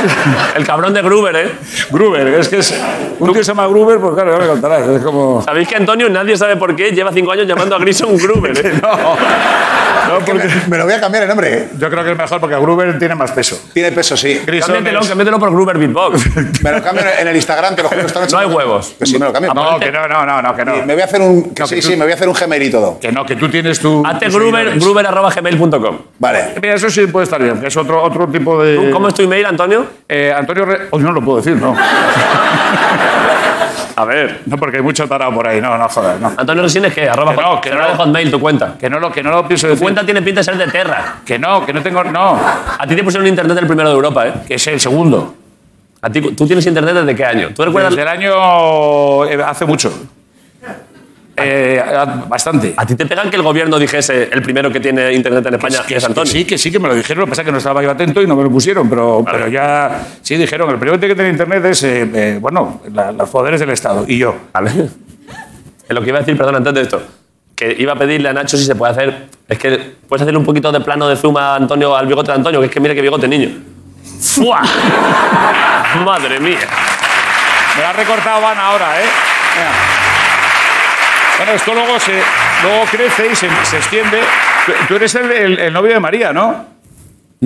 Speaker 7: El cabrón de Gruber, ¿eh?
Speaker 5: Gruber, es que es. Un tío se llama Gruber, pues claro, ya me contarás. Es como.
Speaker 7: Sabéis que Antonio, nadie sabe por qué, lleva cinco años llamando a Grison Gruber, ¿eh?
Speaker 5: No. No,
Speaker 9: Que me,
Speaker 5: porque.
Speaker 9: me lo voy a cambiar el nombre.
Speaker 5: Yo creo que es mejor porque Gruber tiene más peso.
Speaker 9: Tiene peso, sí.
Speaker 5: Grison
Speaker 7: Cámbiatelo,
Speaker 5: es-
Speaker 7: cámbiatelo por Gruber Beatbox.
Speaker 9: Me lo cambio en el Instagram, te lo juro. esta noche
Speaker 7: No hay
Speaker 9: me lo-
Speaker 7: huevos.
Speaker 9: Ah, Que sí, me lo cambio.
Speaker 5: No, que no, no, no, no, que no.
Speaker 9: Me voy a hacer un. que
Speaker 5: No,
Speaker 9: sí,
Speaker 5: que tú-
Speaker 9: sí, me voy a hacer un Gmail y todo.
Speaker 5: Que no, que tú tienes tu.
Speaker 7: Hazte
Speaker 5: tus
Speaker 7: Gruber,
Speaker 5: seguidores.
Speaker 7: gruber arroba gmail.com.
Speaker 9: Vale.
Speaker 5: Mira, eso sí puede estar bien, que es otro, otro tipo de.
Speaker 7: ¿Cómo es tu email, Antonio?
Speaker 5: Eh, Antonio Re... Hoy no lo puedo decir, no.
Speaker 7: A ver.
Speaker 5: No, porque hay mucho tarado por ahí. No, no jodas, no.
Speaker 7: Antonio Resines, ¿qué? Arroba
Speaker 5: Que no, que
Speaker 7: será
Speaker 5: no.
Speaker 7: de Hotmail, tu cuenta.
Speaker 5: Que no lo, que no lo pienso
Speaker 7: Tu
Speaker 5: decir.
Speaker 7: cuenta tiene pinta de ser de Terra.
Speaker 5: Que no, que no tengo. No,
Speaker 7: A ti te pusieron internet el primero de Europa, ¿eh?
Speaker 5: que es el segundo.
Speaker 7: A ti, ¿Tú tienes internet desde qué año? ¿Tú recuerdas?
Speaker 5: Desde el año. eh, hace mucho. Eh, a- bastante.
Speaker 7: ¿A ti te pegan que el gobierno dijese el primero que tiene internet en España es Antonio?
Speaker 5: Sí, que sí, que me lo dijeron. Lo que pasa es que no estaba yo atento y no me lo pusieron, pero, pero ya. Sí, dijeron. El primer que tiene internet es. eh, eh, bueno, la- los poderes del Estado. Y yo.
Speaker 7: Vale. Es lo que iba a decir, perdón, antes de esto. Que iba a pedirle a Nacho si se puede hacer. Es que puedes hacerle un poquito de plano de zoom a Antonio, al bigote de Antonio, que es que mire qué bigote, niño. ¡Fua! Madre mía.
Speaker 5: Me lo ha recortado Van ahora, ¿eh? Mira. Bueno, esto luego, se, luego crece y se, se extiende. Tú, tú eres el, el- el novio de María, ¿no?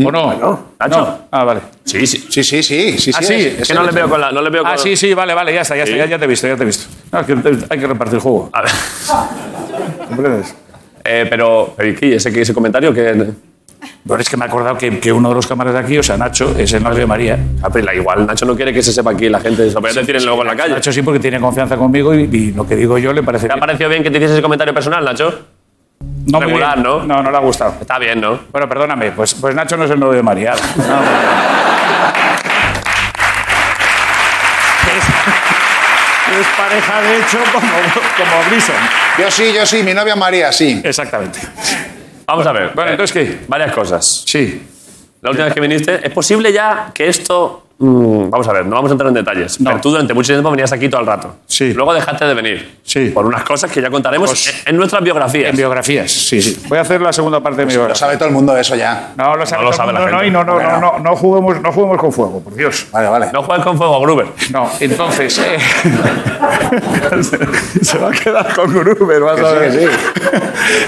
Speaker 5: ¿O no?
Speaker 7: Mm. Nacho.
Speaker 5: No. Ah, vale.
Speaker 7: Sí, sí.
Speaker 9: Sí, sí, sí. sí,
Speaker 5: Ah,
Speaker 9: sí,
Speaker 5: sí,
Speaker 9: es- es
Speaker 7: Que no
Speaker 9: el-
Speaker 7: le veo con la. No le veo con
Speaker 5: Ah, sí, sí, vale, vale, ya está, ya, está,
Speaker 7: Sí.
Speaker 5: ya, ya te he visto, ya te he visto. No, es que te- hay que repartir juego,
Speaker 7: A ver.
Speaker 5: ¿comprendes?
Speaker 7: Eh, pero, pero, ¿y qué? ese, qué- ese comentario que.
Speaker 5: Pero es que me he acordado que, que uno de los cámaras de aquí, o sea, Nacho, es el novio de María.
Speaker 7: Ah, pero igual Nacho no quiere que se sepa aquí la gente. Se lo puede decir luego en la calle.
Speaker 5: Nacho sí, porque tiene confianza conmigo y, y lo que digo yo le parece
Speaker 7: ¿Te ha
Speaker 5: bien.
Speaker 7: parecido bien que te hiciese ese comentario personal, Nacho?
Speaker 5: No, muy
Speaker 7: regular,
Speaker 5: bien.
Speaker 7: ¿no?
Speaker 5: No, no le ha gustado.
Speaker 7: Está bien, ¿no?
Speaker 5: Bueno, perdóname, pues, pues Nacho no es el novio de María. Es pareja, de hecho, como, como Grison.
Speaker 9: Yo sí, yo sí, mi novia María, sí.
Speaker 5: Exactamente.
Speaker 7: Vamos a ver. eh,
Speaker 5: Bueno, entonces, ¿qué?
Speaker 7: Varias cosas.
Speaker 5: Sí.
Speaker 7: La última vez que viniste, ¿es posible ya que esto... mm, vamos a ver, no vamos a entrar en detalles.
Speaker 5: No.
Speaker 7: Pero tú durante mucho tiempo venías aquí todo el rato.
Speaker 5: Sí.
Speaker 7: Luego dejaste de venir.
Speaker 5: Sí.
Speaker 7: Por unas cosas que ya contaremos
Speaker 5: Pues-
Speaker 7: en, en nuestras biografías.
Speaker 5: En biografías, sí, sí. Voy a hacer la segunda parte de mi
Speaker 9: Lo
Speaker 5: biografía.
Speaker 9: sabe todo el mundo eso ya.
Speaker 5: No, lo sabe, todo
Speaker 7: No lo
Speaker 5: el
Speaker 7: sabe la
Speaker 5: mundo,
Speaker 7: gente.
Speaker 5: No, y no, no,
Speaker 9: Hombre,
Speaker 5: no,
Speaker 9: no.
Speaker 5: no, no juguemos, no juguemos con fuego, por Dios.
Speaker 9: Vale, vale.
Speaker 7: No juegues con fuego, Gruber.
Speaker 5: No, entonces. eh, se, se va a quedar con Gruber, vas a ver.
Speaker 9: Que sí,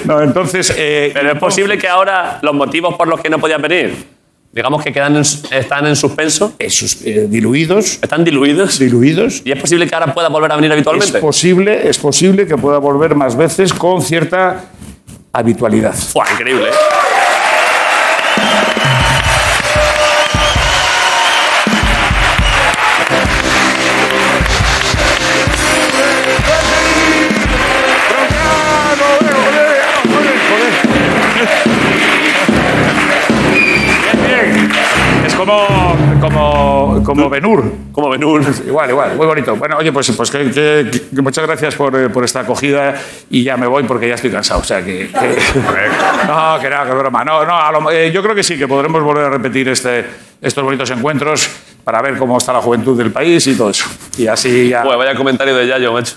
Speaker 5: No, entonces. eh,
Speaker 7: Pero es posible que ahora los motivos por los que no podías venir, digamos que quedan en sus- están en suspenso,
Speaker 5: esos, eh, diluidos,
Speaker 7: están diluidos.
Speaker 5: diluidos.
Speaker 7: y es posible que ahora pueda volver a venir
Speaker 5: Es
Speaker 7: habitualmente.
Speaker 5: posible, es posible que pueda volver más veces con cierta habitualidad.
Speaker 7: Fua, increíble. ¿eh?
Speaker 5: Es como, como, como Benur.
Speaker 7: Como Benur.
Speaker 5: Igual, igual, muy bonito. Bueno, oye, pues, pues que, que- que muchas gracias por, eh, por esta acogida y ya me voy porque ya estoy cansado. O sea, que. que- no, que no, que broma. No, no, a lo- eh, yo creo que sí, que podremos volver a repetir este, estos bonitos encuentros para ver cómo está la juventud del país y todo eso. Y así ya.
Speaker 7: Bueno, Pues vaya comentario de Yayo, macho.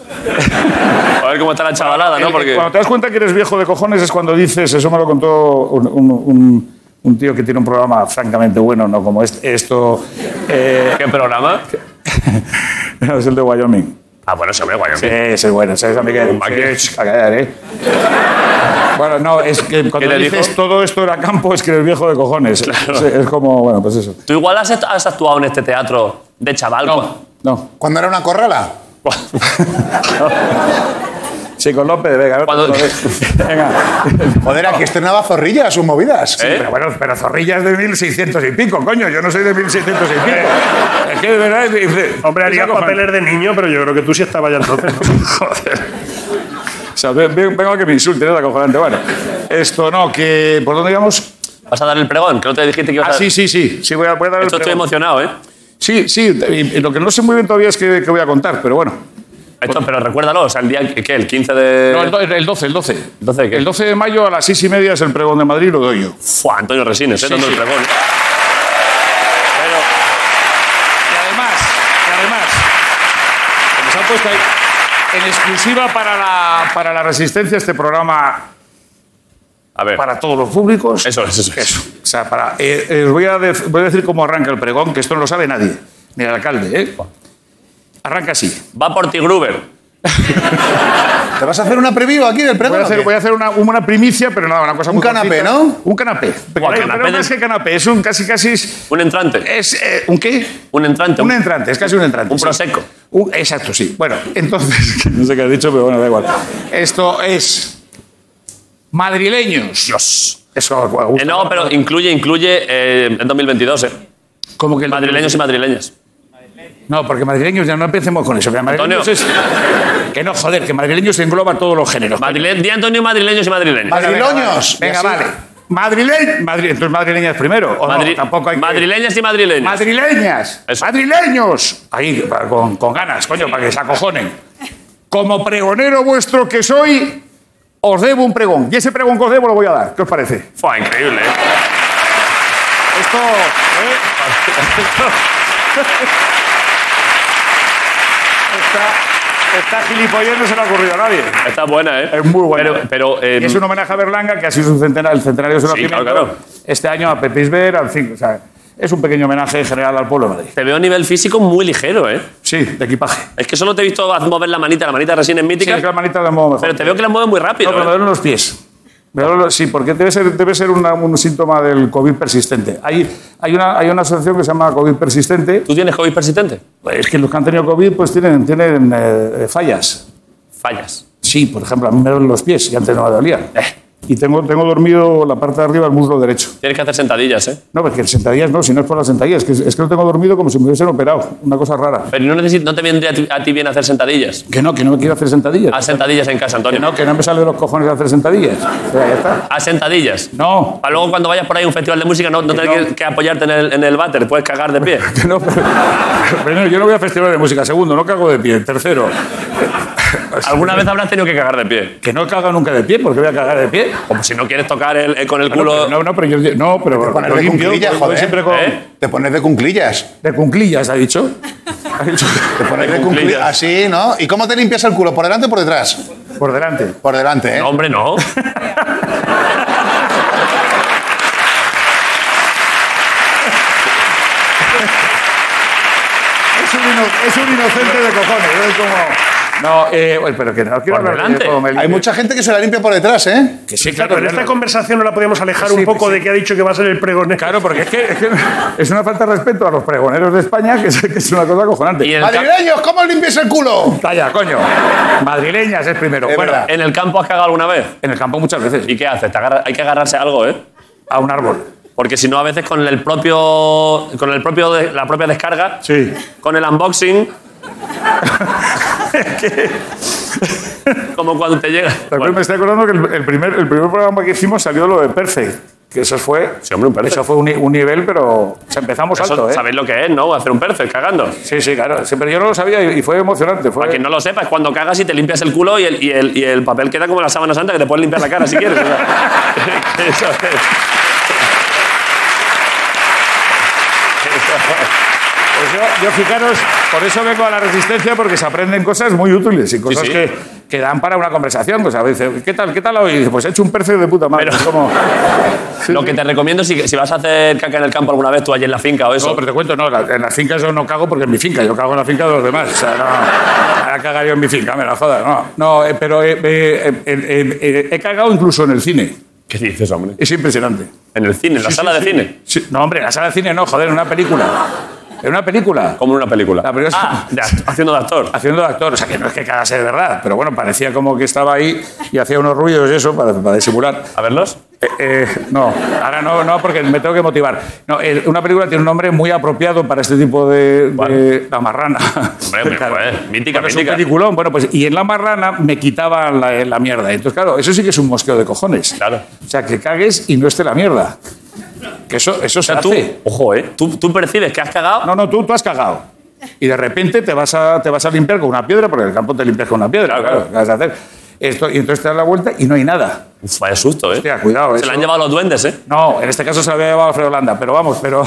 Speaker 7: A ver cómo está la chavalada,
Speaker 5: El-
Speaker 7: Ah, ¿no?
Speaker 5: el-
Speaker 7: Porque...
Speaker 5: Cuando te das cuenta que eres viejo de cojones es cuando dices, eso me lo contó un, un- un- un tío que tiene un programa francamente bueno, ¿no? Como este- esto. eh,
Speaker 7: ¿Qué programa?
Speaker 5: no, es el de Wyoming.
Speaker 7: Ah, bueno, se ve guay. hombre.
Speaker 5: Sí, soy bueno, soy San Miguel. Sí, a callar, ¿eh? Bueno, no, es que
Speaker 7: ¿Qué
Speaker 5: cuando
Speaker 7: le
Speaker 5: dices
Speaker 7: dijo?
Speaker 5: todo esto era campo, es que eres viejo de cojones.
Speaker 7: Claro.
Speaker 5: Es, es como, bueno, pues eso.
Speaker 7: ¿Tú igual has, has actuado en este teatro de chaval? cu-
Speaker 5: No.
Speaker 9: ¿Cuándo era una corrala?
Speaker 5: Sí, con López de Vega. a ver,
Speaker 7: Cuando-
Speaker 5: Venga.
Speaker 9: Joder, aquí este estrenaba zorrillas sus movidas.
Speaker 7: ¿Eh?
Speaker 5: Pero bueno, pero zorrillas de 1600 y pico, coño, yo no soy de 1600 y pico. es que de verdad. es-
Speaker 8: Hombre,
Speaker 5: es
Speaker 8: haría
Speaker 5: acojonante.
Speaker 8: papeles de niño, pero yo creo que tú sí estabas ya entonces. ¿no?
Speaker 5: Joder. O sea, ve- ve- vengo a que me insulten, es acojonante. Bueno, esto no, que. ¿Por dónde íbamos?
Speaker 7: ¿Vas a dar el pregón? Que no te dijiste que ibas
Speaker 5: Ah,
Speaker 7: a...
Speaker 5: sí, sí, sí. Sí, voy a, voy a dar el
Speaker 7: Esto estoy
Speaker 5: pregón.
Speaker 7: emocionado, ¿eh?
Speaker 5: Sí, sí. y- y Lo que no sé muy bien todavía es qué qué voy a contar, pero bueno.
Speaker 7: Esto,
Speaker 5: Pues-
Speaker 7: pero recuérdalo, o sea, el día... ¿Qué? ¿El 15 de...?
Speaker 5: No, el, do- el 12, el 12.
Speaker 7: 12 de qué?
Speaker 5: El 12 de mayo a las 6 y media es el pregón de Madrid, lo doy yo.
Speaker 7: Fua, Antonio Resines, ¿eh?
Speaker 5: Sí,
Speaker 7: Dando el
Speaker 5: sí.
Speaker 7: pregón. Pero...
Speaker 5: Y además, y además, que nos han puesto ahí en exclusiva para la, para la Resistencia este programa
Speaker 7: A ver,
Speaker 5: para todos los públicos.
Speaker 7: eso es, eso es.
Speaker 5: Eso. O sea, para, eh, eh, os voy a, def- voy a decir cómo arranca el pregón, que esto no lo sabe nadie, ni el alcalde. ¿eh? Arranca así.
Speaker 7: Va por ti, Gruber.
Speaker 9: ¿Te vas a hacer una preview aquí del premio?
Speaker 5: Voy a hacer, voy a hacer una, una primicia, pero nada, una cosa
Speaker 9: Un
Speaker 5: muy
Speaker 9: canapé,
Speaker 5: cortita.
Speaker 9: ¿no?
Speaker 5: Un canapé. Pero-
Speaker 7: canapé
Speaker 5: pero
Speaker 7: de-
Speaker 5: no es que canapé, es un casi casi... Es,
Speaker 7: Un entrante.
Speaker 5: es, eh, ¿Un qué?
Speaker 7: Un entrante.
Speaker 5: Un entrante, es casi un entrante.
Speaker 7: Un
Speaker 5: sí.
Speaker 7: prosecco.
Speaker 5: Un- exacto, sí. Bueno, entonces, no sé qué has dicho, pero bueno, da igual. Esto es madrileños. Dios. Eso a gusto.
Speaker 7: Eh, no, pero incluye, incluye eh, en 2022, ¿eh?
Speaker 5: Como que el-
Speaker 7: Madrileños y madrileñas.
Speaker 5: No, porque madrileños ya no empecemos con eso. que Madrileños
Speaker 7: Antonio.
Speaker 5: es- Que no, joder, que madrileños engloba todos los géneros.
Speaker 7: Madrile... Di Antonio madrileños y madrileñas.
Speaker 9: ¡Madrileños!
Speaker 5: Venga, vale. Madrileños. entonces madrileñas primero. ¿o no?
Speaker 7: Madri-
Speaker 5: tampoco hay que-
Speaker 7: Madrileñas y madrileños.
Speaker 5: Madrileñas.
Speaker 7: Eso.
Speaker 5: Madrileños. Ahí, para- con, con ganas, coño, para que se acojonen. Como pregonero vuestro que soy, os debo un pregón. Y ese pregón que os debo lo voy a dar. ¿Qué os parece?
Speaker 7: Fua, increíble, ¿eh?
Speaker 5: Esto. ¿eh? Esta- esta gilipollez no se le ha ocurrido a nadie.
Speaker 7: Está buena, ¿eh?
Speaker 5: Es muy buena.
Speaker 7: Pero, pero, eh,
Speaker 5: Y es un homenaje a Berlanga, que ha sido su centena- el centenario de su
Speaker 7: Sí,
Speaker 5: nacimiento.
Speaker 7: claro, claro.
Speaker 5: Este año a Pepis Ver, al cinco, o sea, es un pequeño homenaje en general al pueblo de Madrid.
Speaker 7: te veo a nivel físico muy ligero, ¿eh?
Speaker 5: Sí, de equipaje.
Speaker 7: Es que solo te he visto mover la manita, la manita recién es
Speaker 5: Sí,
Speaker 7: mítica,
Speaker 5: es que la manita de modo mejor.
Speaker 7: pero te veo que la mueves muy rápido.
Speaker 5: No, pero me
Speaker 7: ¿eh?
Speaker 5: duelen los pies. Me duelen los- sí, porque debe ser, debe ser una- un síntoma del COVID persistente. Hay, hay, una, hay una asociación que se llama COVID persistente.
Speaker 7: ¿Tú tienes Pues, COVID persistente?
Speaker 5: Es que los que han tenido COVID pues tienen, tienen eh, fallas.
Speaker 7: Fallas.
Speaker 5: Sí, por ejemplo, a mí me duelen los pies, que antes no me dolían.
Speaker 7: Eh.
Speaker 5: Y tengo, tengo dormido la parte de arriba del muslo derecho.
Speaker 7: Tienes que hacer sentadillas, ¿eh?
Speaker 5: No, porque sentadillas no, si no es por las sentadillas, que es, es que lo tengo dormido como si me hubiesen operado, una cosa rara.
Speaker 7: Pero no, necesi- no te vendría a ti, a ti bien hacer sentadillas.
Speaker 5: Que no, que no me quiero hacer sentadillas.
Speaker 7: Haz sentadillas en casa,
Speaker 5: que
Speaker 7: Antonio.
Speaker 5: no, que no me sale de los cojones hacer sentadillas. O sea, ya está.
Speaker 7: Haz sentadillas.
Speaker 5: No,
Speaker 7: Para luego cuando vayas por ahí a un festival de música no, no tener
Speaker 5: no.
Speaker 7: Que, que apoyarte en el, en el váter, puedes cagar de pie.
Speaker 5: que no, pero, primero, yo no voy a festival de música. Segundo, no cago de pie. Tercero,
Speaker 7: ¿Alguna vez habrás tenido que cagar de pie?
Speaker 5: que no cago nunca de pie, porque voy a cagar de pie.
Speaker 7: Como si no quieres tocar el, el- con el
Speaker 5: No,
Speaker 7: culo...
Speaker 5: pero, no, no, pero yo no, pero
Speaker 9: pones
Speaker 5: lo
Speaker 9: de
Speaker 5: limpio,
Speaker 9: cunclillas,
Speaker 5: voy
Speaker 9: joder.
Speaker 5: siempre con
Speaker 7: ¿Eh?
Speaker 9: Te pones de cunclillas.
Speaker 5: de cunclillas, ha dicho. Ha dicho
Speaker 9: Te pones de
Speaker 7: cunclillas.
Speaker 9: cunclillas. Así, ¿no? ¿Y cómo te limpias el culo? ¿Por delante o por detrás?
Speaker 5: por delante.
Speaker 9: Por delante, ¿eh?
Speaker 7: No, hombre, no.
Speaker 5: Es un, ino- es un inocente de cojones. Es como. No, eh, oye, pero que no quiero
Speaker 7: Por
Speaker 5: hablar de
Speaker 7: delante.
Speaker 5: cómo me
Speaker 9: Hay
Speaker 5: limpio.
Speaker 9: mucha gente que se la limpia por detrás, ¿eh?
Speaker 5: Que sí, claro,
Speaker 8: Claro, en
Speaker 5: es
Speaker 8: esta
Speaker 5: verdad.
Speaker 8: conversación no la podíamos alejar
Speaker 5: Sí,
Speaker 8: un poco
Speaker 5: sí.
Speaker 8: de que ha dicho que va a ser el pregonero.
Speaker 5: Claro, porque es que, es que es una falta de respeto a los pregoneros de España, que es, que es una cosa acojonante.
Speaker 7: Y en el, ca-
Speaker 9: ¡Madrileños, cómo os limpiáis el culo!
Speaker 5: Talla, coño. Madrileñas es primero.
Speaker 9: Es
Speaker 5: bueno,
Speaker 9: verdad.
Speaker 7: en el campo has cagado alguna vez.
Speaker 5: en el campo muchas veces.
Speaker 7: ¿Y qué haces? Te agarra- hay que agarrarse a algo, ¿eh?
Speaker 5: A un árbol.
Speaker 7: Porque si no, a veces con el propio. con el propio de- la propia descarga,
Speaker 5: Sí.
Speaker 7: con el unboxing. como cuando te llega.
Speaker 5: Pero
Speaker 7: Bueno,
Speaker 5: me estoy acordando que el, el primer, el primer programa que hicimos salió lo de Perfect. Que eso fue.
Speaker 7: Sí, hombre, un Perfect.
Speaker 5: Eso fue un, ni- un nivel, pero o sea, empezamos
Speaker 7: eso
Speaker 5: alto, ¿eh?
Speaker 7: sabéis lo que es, ¿no? Hacer un perfect cagando.
Speaker 5: Sí, sí, claro. Sí, pero yo no lo sabía y, y fue emocionante. Fue,
Speaker 7: Para quien no lo sepa, es cuando cagas y te limpias el culo y el, y el, y el papel queda como la sábana santa que te puedes limpiar la cara si quieres. o sea, eso es.
Speaker 5: Pues yo, yo, fijaros, por eso vengo a la resistencia, porque se aprenden cosas muy útiles y cosas
Speaker 7: sí.
Speaker 5: Que, que dan para una conversación. O sea, dice, ¿qué tal, qué tal hoy? Dice, pues he hecho un perfil de puta madre.
Speaker 7: Pero-
Speaker 5: Es como,
Speaker 7: Lo que te recomiendo, si, si vas a hacer caca en el campo alguna vez, tú allí en la finca o eso.
Speaker 5: no, pero te cuento, no, la- en las fincas yo no cago porque es mi finca, yo cago en la finca de los demás. O sea, no, a cagar yo en mi finca, me la jodas. No, no eh, pero eh, eh, eh, eh, eh, he cagado incluso en el cine.
Speaker 7: ¿Qué dices, hombre?
Speaker 5: Es impresionante.
Speaker 7: En el cine, en la
Speaker 5: Sí,
Speaker 7: sala
Speaker 5: sí,
Speaker 7: de
Speaker 5: sí.
Speaker 7: cine.
Speaker 5: Sí, No, hombre, en la sala de cine no, joder, en una película. En una película.
Speaker 7: Como en una película.
Speaker 5: La película-
Speaker 7: Ah, de act- haciendo de actor.
Speaker 5: Haciendo de actor, o sea que no es que cagase de verdad, pero bueno, parecía como que estaba ahí y hacía unos ruidos y eso para, para disimular.
Speaker 7: A verlos.
Speaker 5: Eh, eh, no, ahora no, no, porque me tengo que motivar. No, eh, una película tiene un nombre muy apropiado para este tipo de, de-
Speaker 7: ¿Cuál?
Speaker 5: La Marrana.
Speaker 7: hombre, joder, mítica,
Speaker 5: Bueno, es
Speaker 7: mítica.
Speaker 5: un peliculón. Bueno, pues y en La Marrana me quitaban la, la mierda. Entonces, claro, eso sí que es un mosqueo de cojones.
Speaker 7: Claro.
Speaker 5: O sea, que cagues y no esté la mierda. Que eso, eso
Speaker 7: O sea,
Speaker 5: se
Speaker 7: tú,
Speaker 5: hace.
Speaker 7: ojo, ¿eh? Tú, tú percibes que has cagado.
Speaker 5: No, no, tú, tú has cagado. Y de repente te vas, a, te vas a limpiar con una piedra, porque en el campo te limpias con una piedra.
Speaker 7: Claro, claro.
Speaker 5: ¿qué vas a hacer? Esto, y entonces te das la vuelta y no hay nada.
Speaker 7: Uf, vaya susto, ¿eh?
Speaker 5: Hostia, cuidado.
Speaker 7: Se
Speaker 5: eso-
Speaker 7: la han llevado los duendes, ¿eh?
Speaker 5: No, en este caso se lo había llevado Alfredo Landa, pero vamos, pero,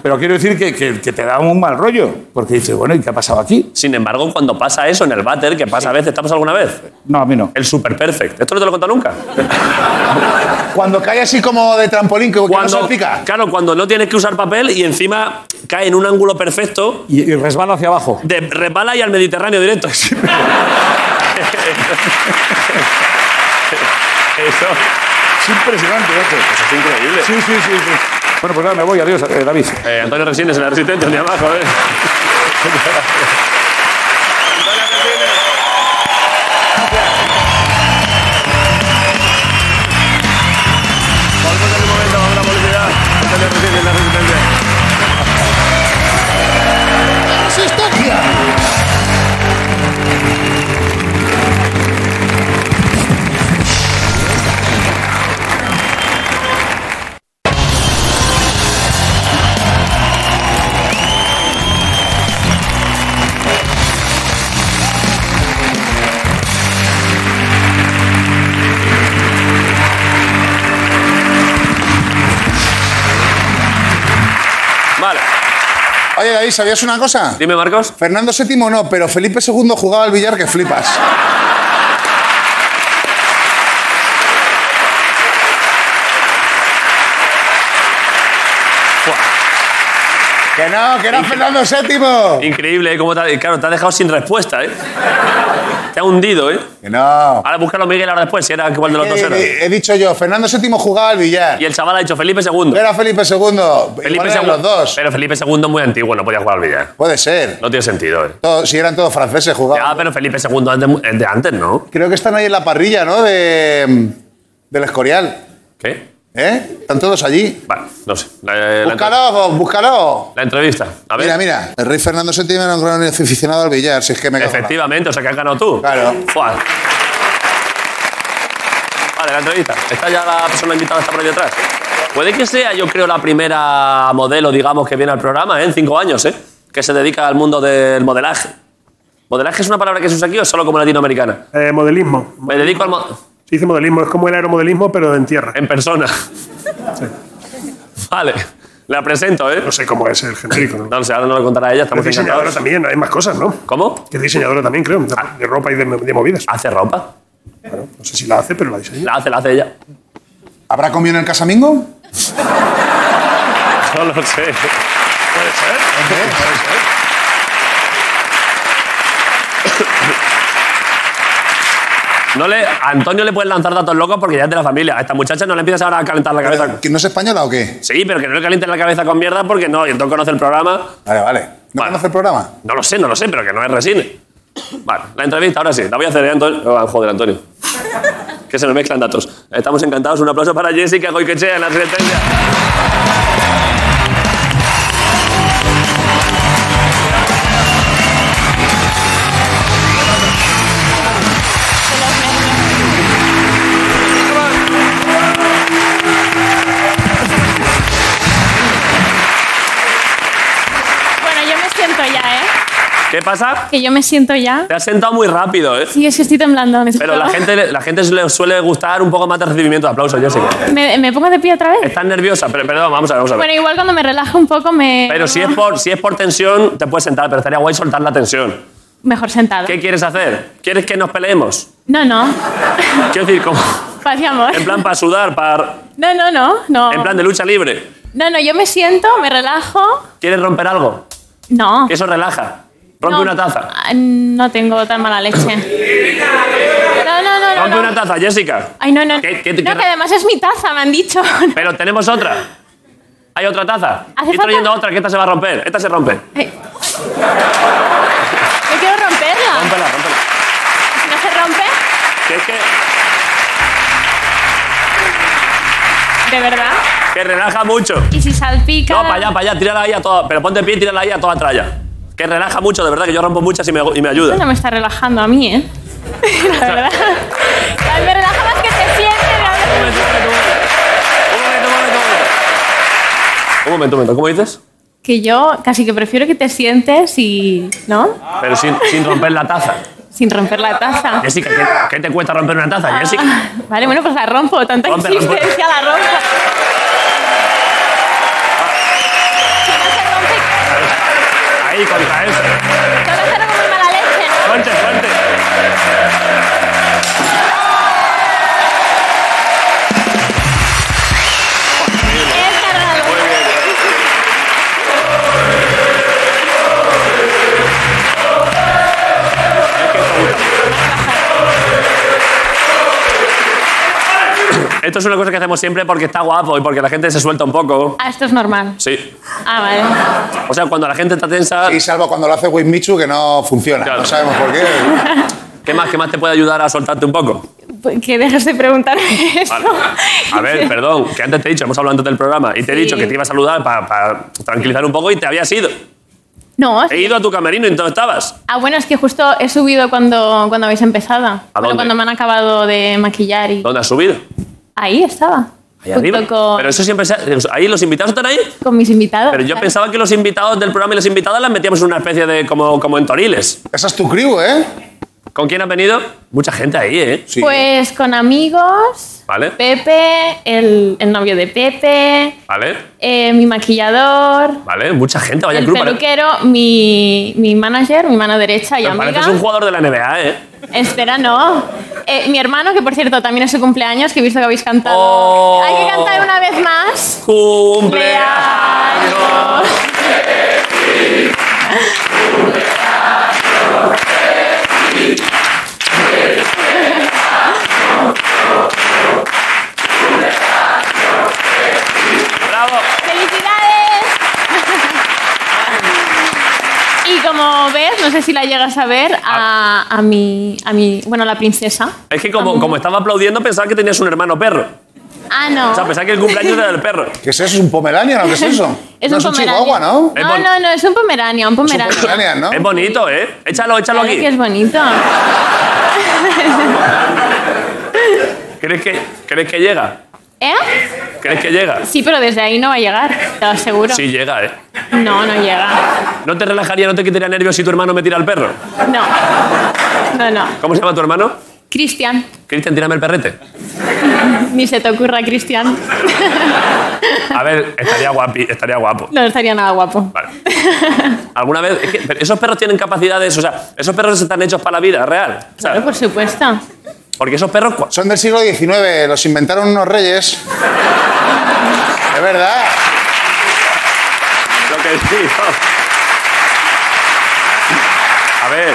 Speaker 5: pero quiero decir que, que- que te da un mal rollo, porque dices, bueno, ¿y qué ha pasado aquí?
Speaker 7: Sin embargo, cuando pasa eso en el váter, que pasa a veces, ¿te ha pasado alguna vez?
Speaker 5: No, a mí no.
Speaker 7: El super perfect. Esto no te lo he contado nunca.
Speaker 9: Cuando cae así como de trampolín, que, que no
Speaker 7: Cuando,
Speaker 9: salpica.
Speaker 7: claro, cuando no tienes que usar papel y encima cae en un ángulo perfecto,
Speaker 5: Y, y resbala hacia abajo.
Speaker 7: de resbala y al Mediterráneo directo. eso, eso
Speaker 5: Es impresionante, macho.
Speaker 7: es increíble.
Speaker 5: Sí, sí, sí, sí. Bueno, pues nada, me voy, adiós, eh, David.
Speaker 7: Eh, Antonio Resines en la Resistencia, de abajo, ¿eh? Volvemos en un momento, vamos a la publicidad. Antonio Resines en La Resistencia. Vale,
Speaker 9: Oye, David, ¿sabías una cosa?
Speaker 7: dime, Marcos.
Speaker 9: Fernando VII no, pero Felipe II jugaba al billar que flipas. que no, que era Fernando VII.
Speaker 7: Increíble, ¿eh? Cómo te ha- claro, te ha dejado sin respuesta, ¿eh? Te ha hundido, ¿eh?
Speaker 9: Que no.
Speaker 7: Ahora búscalo, Miguel, ahora después, si era cuál de los dos era.
Speaker 9: He, he dicho yo, Fernando VII jugaba al billar.
Speaker 7: Y el chaval ha dicho Felipe II.
Speaker 9: Era Felipe II.
Speaker 7: Felipe
Speaker 9: Igual eran
Speaker 7: II.
Speaker 9: eh, los dos.
Speaker 7: Pero Felipe II es muy antiguo, no podía jugar al billar.
Speaker 9: Puede ser.
Speaker 7: No tiene sentido, ¿eh?
Speaker 9: Todos- si eran todos franceses, jugaban.
Speaker 7: Ya, pero Felipe II antes, es de antes, ¿no?
Speaker 9: Creo que están ahí en la parrilla, ¿no? De, del Escorial.
Speaker 7: ¿Qué?
Speaker 9: ¿Eh? Están todos allí.
Speaker 7: Vale, no sé. La, la-
Speaker 9: Búscalo, búscalo.
Speaker 7: la entrevista. A ver.
Speaker 9: Mira, mira. El rey Fernando VII era un gran aficionado al billar, si es que me cago en la-
Speaker 7: Efectivamente, o sea que has ganado tú.
Speaker 9: Claro.
Speaker 7: Fuá. Vale, la entrevista. Está ya la persona invitada, está por ahí detrás. Puede que sea, yo creo, la primera modelo, digamos, que viene al programa, ¿eh? en cinco años, ¿eh? que se dedica al mundo del modelaje. ¿Modelaje es una palabra que se usa aquí o es solo como latinoamericana?
Speaker 8: Eh, modelismo.
Speaker 7: Me dedico al mo-
Speaker 8: Se dice modelismo, es como el aeromodelismo, pero en tierra.
Speaker 7: en persona. Vale, la presento, ¿eh?
Speaker 8: No sé cómo es el genérico. ¿no?
Speaker 7: No lo sé, ahora no lo contará
Speaker 8: Es
Speaker 7: ella, estamos
Speaker 8: diseñadora
Speaker 7: encantados.
Speaker 8: también, hay más cosas, ¿no?
Speaker 7: ¿Cómo? Ah.
Speaker 8: Que es diseñadora también, creo, de, de ropa y de, de movidas.
Speaker 7: ¿Hace ropa?
Speaker 8: No sé si la hace, pero la diseña.
Speaker 7: La hace, la hace ella.
Speaker 9: ¿Habrá comido en el Casamingo?
Speaker 7: No lo sé. No le, a Antonio le puedes lanzar datos locos porque ya es de la familia. A esta muchacha no le empiezas ahora a calentar la cabeza.
Speaker 9: ¿Que ¿No es española o qué?
Speaker 7: Sí, pero que no le calientes la cabeza con mierda porque no, y entonces conoce el programa.
Speaker 9: Vale, vale. ¿No
Speaker 7: Vale.
Speaker 9: conoce el programa?
Speaker 7: No lo sé, no lo sé, pero que no es resine. Vale, la entrevista, ahora sí. La voy a hacer, ¿eh, Antonio? Oh, joder, Antonio. Que se nos mezclan datos. Estamos encantados. Un aplauso para Jessica Goicoechea en la sentencia.
Speaker 10: Bueno, yo me siento ya, ¿eh?
Speaker 7: ¿Qué pasa?
Speaker 10: Que yo me siento ya.
Speaker 7: Te has sentado muy rápido, ¿eh?
Speaker 10: Sí, es que estoy temblando. necesito-
Speaker 7: Pero la gente, la gente le suele gustar un poco más de recibimiento de aplausos, Jessica.
Speaker 10: ¿Me, me pongo de pie otra vez?
Speaker 7: Estás nerviosa, pero perdón, vamos a ver, vamos a ver.
Speaker 10: Bueno, igual cuando me relajo un poco me...
Speaker 7: Pero si es, por, si es por tensión, te puedes sentar, pero estaría guay soltar la tensión.
Speaker 10: Mejor sentada.
Speaker 7: ¿Qué quieres hacer? ¿Quieres que nos peleemos?
Speaker 10: No, no.
Speaker 7: Quiero decir, como,
Speaker 10: Paz y amor.
Speaker 7: en plan para sudar, para,
Speaker 10: No, no, no. No.
Speaker 7: en plan de lucha libre.
Speaker 10: no, no, yo me siento, me relajo.
Speaker 7: ¿Quieres romper algo?
Speaker 10: No.
Speaker 7: Que eso relaja. Rompe
Speaker 10: No,
Speaker 7: una taza.
Speaker 10: ah, No tengo tan mala leche. No, no, no, no.
Speaker 7: Rompe
Speaker 10: no.
Speaker 7: una taza, Jessica.
Speaker 10: Ay, no, no.
Speaker 7: ¿Qué- qué- qué-
Speaker 10: no, que además es mi taza, me han dicho.
Speaker 7: Pero tenemos otra. Hay otra taza.
Speaker 10: ¿Hace
Speaker 7: Estoy
Speaker 10: falta?
Speaker 7: trayendo otra que esta se va a romper. Esta se rompe.
Speaker 10: Ay. Yo quiero romperla.
Speaker 7: Rómpela, rómpela.
Speaker 10: Si no se rompe,
Speaker 7: Que es que,
Speaker 10: de verdad.
Speaker 7: que relaja mucho.
Speaker 10: Y si salpica.
Speaker 7: No, para allá, para allá. Tírala ahí a toda. Pero ponte en pie y tírala ahí a toda tralla. Que relaja mucho, de verdad, que yo rompo muchas y me, y me ayuda.
Speaker 10: No me está relajando a mí, ¿eh? La verdad. A mí Me relaja más que se siente
Speaker 7: Un momento,
Speaker 10: realmente.
Speaker 7: un momento, un momento. Un momento, un momento, un momento. Un momento, un momento. ¿Cómo dices?
Speaker 10: Que yo casi que prefiero que te sientes y. ¿No?
Speaker 7: Pero sin, sin romper la taza.
Speaker 10: Sin romper la taza.
Speaker 7: Jessica, ¿qué, qué te cuesta romper una taza, Jessica?
Speaker 10: Vale, bueno, pues la rompo. Tanta
Speaker 7: Rompe, rompe.
Speaker 10: insistencia la rompo. Si no se rompe,
Speaker 7: Ahí, ¿eh? contra eso.
Speaker 10: tengo que hacerlo con muy mala leche, ¿no?
Speaker 7: Fuerte, fuerte.
Speaker 10: He cargado.
Speaker 7: Esto es una cosa que hacemos siempre porque está guapo y porque la gente se suelta un poco.
Speaker 10: Ah, esto es normal.
Speaker 7: Sí.
Speaker 10: Ah, vale.
Speaker 7: O sea, cuando la gente está tensa,
Speaker 9: Y salvo cuando lo hace Wismichu, que no funciona.
Speaker 7: Claro.
Speaker 9: No sabemos por qué.
Speaker 7: ¿qué más, qué más te puede ayudar a soltarte un poco?
Speaker 10: Que dejes de preguntarme esto.
Speaker 7: Vale. A ver, perdón, que antes te he dicho, hemos hablado antes del programa, y te he
Speaker 10: Sí.
Speaker 7: dicho que te iba a saludar para tranquilizar un poco y te habías ido.
Speaker 10: No,
Speaker 7: He ido a tu camerino y entonces estabas.
Speaker 10: Ah, bueno, es que justo he subido cuando, cuando habéis empezado.
Speaker 7: dónde?
Speaker 10: Bueno, cuando me han acabado de maquillar y...
Speaker 7: ¿Dónde has subido?
Speaker 10: Ahí estaba.
Speaker 7: Ahí
Speaker 10: junto
Speaker 7: arriba.
Speaker 10: Con,
Speaker 7: Pero eso siempre se ha- Ahí los invitados están ahí.
Speaker 10: con mis invitados.
Speaker 7: Pero yo
Speaker 10: claro.
Speaker 7: pensaba que los invitados del programa y las invitadas las metíamos en una especie de. como, como en toriles.
Speaker 9: Esa es tu crew, ¿eh?
Speaker 7: ¿Con quién has venido? Mucha gente ahí, ¿eh?
Speaker 9: Sí.
Speaker 10: Pues con amigos,
Speaker 7: Vale.
Speaker 10: Pepe, el, el novio de Pepe,
Speaker 7: Vale,
Speaker 10: eh, mi maquillador,
Speaker 7: vale. Mucha gente, vaya
Speaker 10: el
Speaker 7: club. pare-
Speaker 10: peluquero, mi, mi manager, mi mano derecha y
Speaker 7: Pero
Speaker 10: amiga.
Speaker 7: Pareces un jugador de la NBA, ¿eh?
Speaker 10: Espera, no. Eh, mi hermano, que por cierto también es su cumpleaños, que he visto que habéis cantado.
Speaker 7: Oh.
Speaker 10: Hay que cantar una vez más.
Speaker 7: ¡Cumpleaños! ¡Bravo!
Speaker 10: ¡Felicidades! Y como ves, no sé si la llegas a ver, a, a mi, a mi, bueno, la princesa.
Speaker 7: Es que como, como estaba aplaudiendo pensaba que tenías un hermano perro.
Speaker 10: Ah, no.
Speaker 7: O sea, pensaba que el cumpleaños era del perro.
Speaker 9: ¿Qué es eso? ¿Es un Pomeranian o qué es eso?
Speaker 10: Es
Speaker 9: no
Speaker 10: un
Speaker 9: es un
Speaker 10: pomerania.
Speaker 9: chihuahua, ¿no?
Speaker 7: Es
Speaker 10: No,
Speaker 7: bon-
Speaker 10: no, no, es un pomerania, un
Speaker 9: Es un
Speaker 10: pomerania.
Speaker 9: Pomeranian, ¿no?
Speaker 7: Es bonito, ¿eh? Échalo, échalo
Speaker 10: Claro que
Speaker 7: aquí.
Speaker 10: es bonito.
Speaker 7: ¿Crees que, ¿Crees que llega?
Speaker 10: ¿Eh?
Speaker 7: ¿Crees que llega?
Speaker 10: Sí, pero desde ahí no va a llegar, te lo aseguro.
Speaker 7: Sí, llega, ¿eh?
Speaker 10: No, no llega.
Speaker 7: ¿No te relajaría, no te quitaría nervios si tu hermano me tira al perro?
Speaker 10: No. No, no.
Speaker 7: ¿Cómo se llama tu hermano?
Speaker 10: Cristian,
Speaker 7: Cristian, tírame el perrete.
Speaker 10: ni se te ocurra, Cristian.
Speaker 7: A ver, estaría guapi, estaría guapo.
Speaker 10: No estaría nada guapo.
Speaker 7: Vale. ¿Alguna vez? es que, pero esos perros tienen capacidades, o sea, esos perros están hechos para la vida real. O sea,
Speaker 10: Claro, por supuesto.
Speaker 7: porque esos perros, cua-
Speaker 9: Son del siglo XIX, los inventaron unos reyes. Es verdad.
Speaker 7: lo que digo. A ver,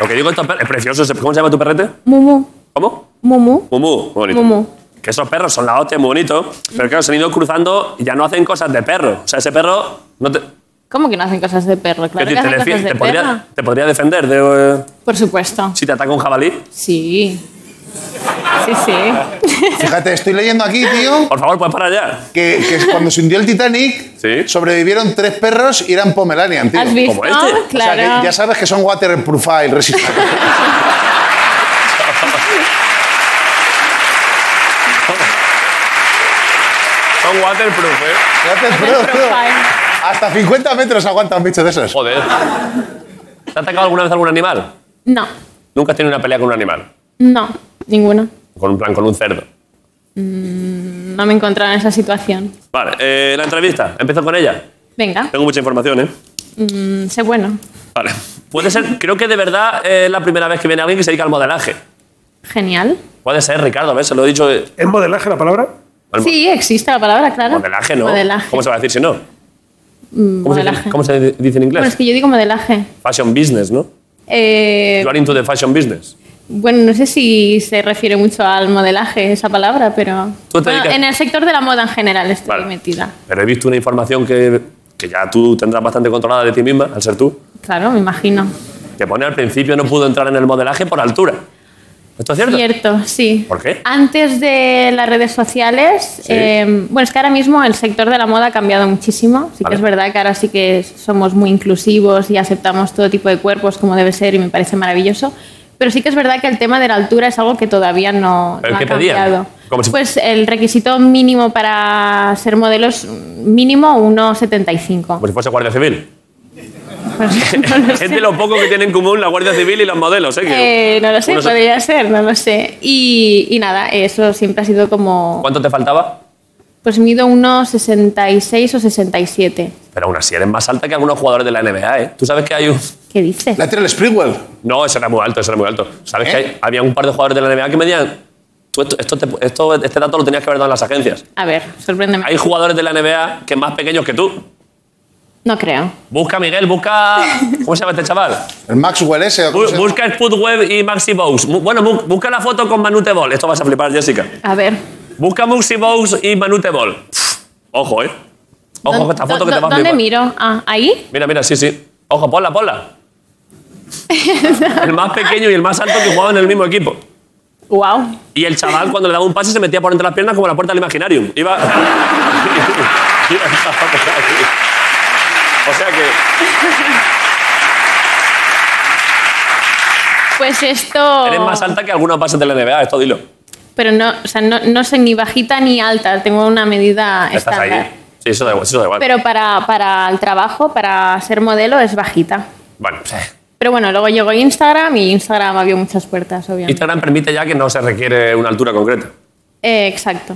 Speaker 7: lo que digo estos perros, es precioso. ese- ¿Cómo se llama tu perrete?
Speaker 10: Mumu,
Speaker 7: ¿Cómo?
Speaker 10: mumu.
Speaker 7: Mumu, bonito.
Speaker 10: Mumu.
Speaker 7: Que esos perros son la hostia, muy bonito. Pero claro, se han ido cruzando y ya no hacen cosas de perro. O sea, ese perro no te.
Speaker 10: ¿Cómo que no hacen cosas de perro? Claro que
Speaker 7: Quiero
Speaker 10: hacen
Speaker 7: decir, te, defi-
Speaker 10: cosas de
Speaker 7: te podría,
Speaker 10: perro.
Speaker 7: te podría defender de, eh,
Speaker 10: Por supuesto.
Speaker 7: si te ataca un jabalí.
Speaker 10: Sí. Sí, sí.
Speaker 9: Fíjate, estoy leyendo aquí, tío,
Speaker 7: Por favor, puedes parar ya.
Speaker 9: que, que cuando se hundió el Titanic,
Speaker 7: Sí.
Speaker 9: sobrevivieron tres perros y eran Pomeranian, tío.
Speaker 10: ¿Has visto?
Speaker 7: como este.
Speaker 9: O sea,
Speaker 10: Ah, Claro.
Speaker 9: que ya sabes que son waterproof resistentes.
Speaker 7: Son waterproof, ¿eh?
Speaker 9: Waterproof, tío. Hasta 50 metros aguantan bichos de esos.
Speaker 7: Joder. ¿Te ha atacado alguna vez algún animal?
Speaker 10: No,
Speaker 7: Nunca has tenido una pelea con un animal.
Speaker 10: no, ninguna.
Speaker 7: Con un plan, con un cerdo.
Speaker 10: No me he encontrado en esa situación.
Speaker 7: Vale, eh, la entrevista. Empiezo con ella.
Speaker 10: Venga,
Speaker 7: Tengo mucha información, ¿eh?
Speaker 10: mm, sé bueno.
Speaker 7: Vale. Puede ser, creo que de verdad eh, es la primera vez que viene alguien que se dedica al modelaje.
Speaker 10: Genial.
Speaker 7: Puede ser, Ricardo, a ver, se lo he dicho. eh,
Speaker 8: ¿Es modelaje la palabra?
Speaker 7: al mo-
Speaker 10: Sí, existe la palabra, claro.
Speaker 7: Modelaje, ¿no?
Speaker 10: Modelaje.
Speaker 7: ¿Cómo se va a decir si no?
Speaker 10: mm,
Speaker 7: ¿Cómo se,
Speaker 10: modelaje.
Speaker 7: dice, cómo se dice en
Speaker 10: Bueno, es
Speaker 7: inglés?
Speaker 10: que yo digo modelaje.
Speaker 7: Fashion business, ¿no?
Speaker 10: Eh,
Speaker 7: You are into the fashion business.
Speaker 10: bueno, no sé si se refiere mucho al modelaje esa palabra, pero.
Speaker 7: Tú te
Speaker 10: Bueno,
Speaker 7: dedicas-
Speaker 10: en el sector de la moda en general estoy metida.
Speaker 7: Pero he visto una información que, que ya tú tendrás bastante controlada de ti misma, al ser tú,
Speaker 10: Claro, me imagino.
Speaker 7: que pone al principio no pudo entrar en el modelaje por altura. ¿Esto es cierto?
Speaker 10: Cierto, sí.
Speaker 7: ¿Por qué?
Speaker 10: Antes de las redes sociales, eh, bueno, es que ahora mismo el sector de la moda ha cambiado muchísimo. Sí
Speaker 7: Vale.
Speaker 10: que es verdad que ahora sí que somos muy inclusivos y aceptamos todo tipo de cuerpos como debe ser y me parece maravilloso. Pero sí que es verdad que el tema de la altura es algo que todavía no,
Speaker 7: ¿Pero
Speaker 10: no ha
Speaker 7: qué pedían?
Speaker 10: cambiado.
Speaker 7: Como si-
Speaker 10: Pues el requisito mínimo para ser modelo es mínimo 1,75.
Speaker 7: Como si fuese guardia civil.
Speaker 10: Pues no lo sé.
Speaker 7: es de lo poco que tienen en común la guardia civil y los modelos, ¿eh? Que
Speaker 10: Eh, no lo sé,
Speaker 7: uno se-
Speaker 10: podría ser, no lo sé. Y, y nada, eso siempre ha sido como
Speaker 7: ¿Cuánto te faltaba?
Speaker 10: Pues mido unos 66 o 67.
Speaker 7: Pero aún así eres más alta que algunos jugadores de la NBA, ¿eh? Tú sabes que hay un...
Speaker 10: ¿Qué dices?
Speaker 9: Lateral Springwell.
Speaker 7: No, ese era muy alto, ese era muy alto. ¿Sabes que hay- había un par de jugadores de la NBA que medían... Tú esto, esto te- esto- este dato lo tenías que haber dado en las agencias.
Speaker 10: A ver, sorpréndeme.
Speaker 7: Hay jugadores de la NBA que más pequeños que tú.
Speaker 10: No creo.
Speaker 7: Busca a Miguel, busca... ¿Cómo se llama este chaval?
Speaker 9: El Maxwell ese. ¿o cómo
Speaker 7: Bu-
Speaker 9: se llama?
Speaker 7: busca Spudweb y Maxi Bows. Mu- Bueno, bu- busca la foto con Manute Ball. Esto vas a flipar, Jessica.
Speaker 10: A ver.
Speaker 7: Busca Maxi Bows y Manute Ball. Pff, Ojo, ¿eh? Ojo
Speaker 10: ¿dó-
Speaker 7: con esta foto
Speaker 10: dó-
Speaker 7: que te va a
Speaker 10: ¿Dónde
Speaker 7: flipar.
Speaker 10: miro? Ah, ¿ahí?
Speaker 7: Mira, mira, sí, sí. Ojo, ponla, ponla. el más pequeño y el más alto que jugaban en el mismo equipo.
Speaker 10: Wow.
Speaker 7: Y el chaval, cuando le daba un pase, se metía por entre las piernas como la puerta del Imaginarium. Iba. Iba el chaval por ahí. O sea que
Speaker 10: Pues esto...
Speaker 7: eres más alta que algunos bases de la NBA, esto dilo.
Speaker 10: Pero no, o sea, no, no soy ni bajita ni alta, tengo una medida
Speaker 7: Estás
Speaker 10: estándar.
Speaker 7: ahí. Sí, eso da igual. Eso da igual.
Speaker 10: Pero para, para el trabajo, para ser modelo, es bajita.
Speaker 7: Vale, pues,
Speaker 10: Pero bueno, luego llegó Instagram y Instagram abrió muchas puertas, obviamente.
Speaker 7: Instagram permite ya que no se requiere una altura concreta.
Speaker 10: Eh, exacto.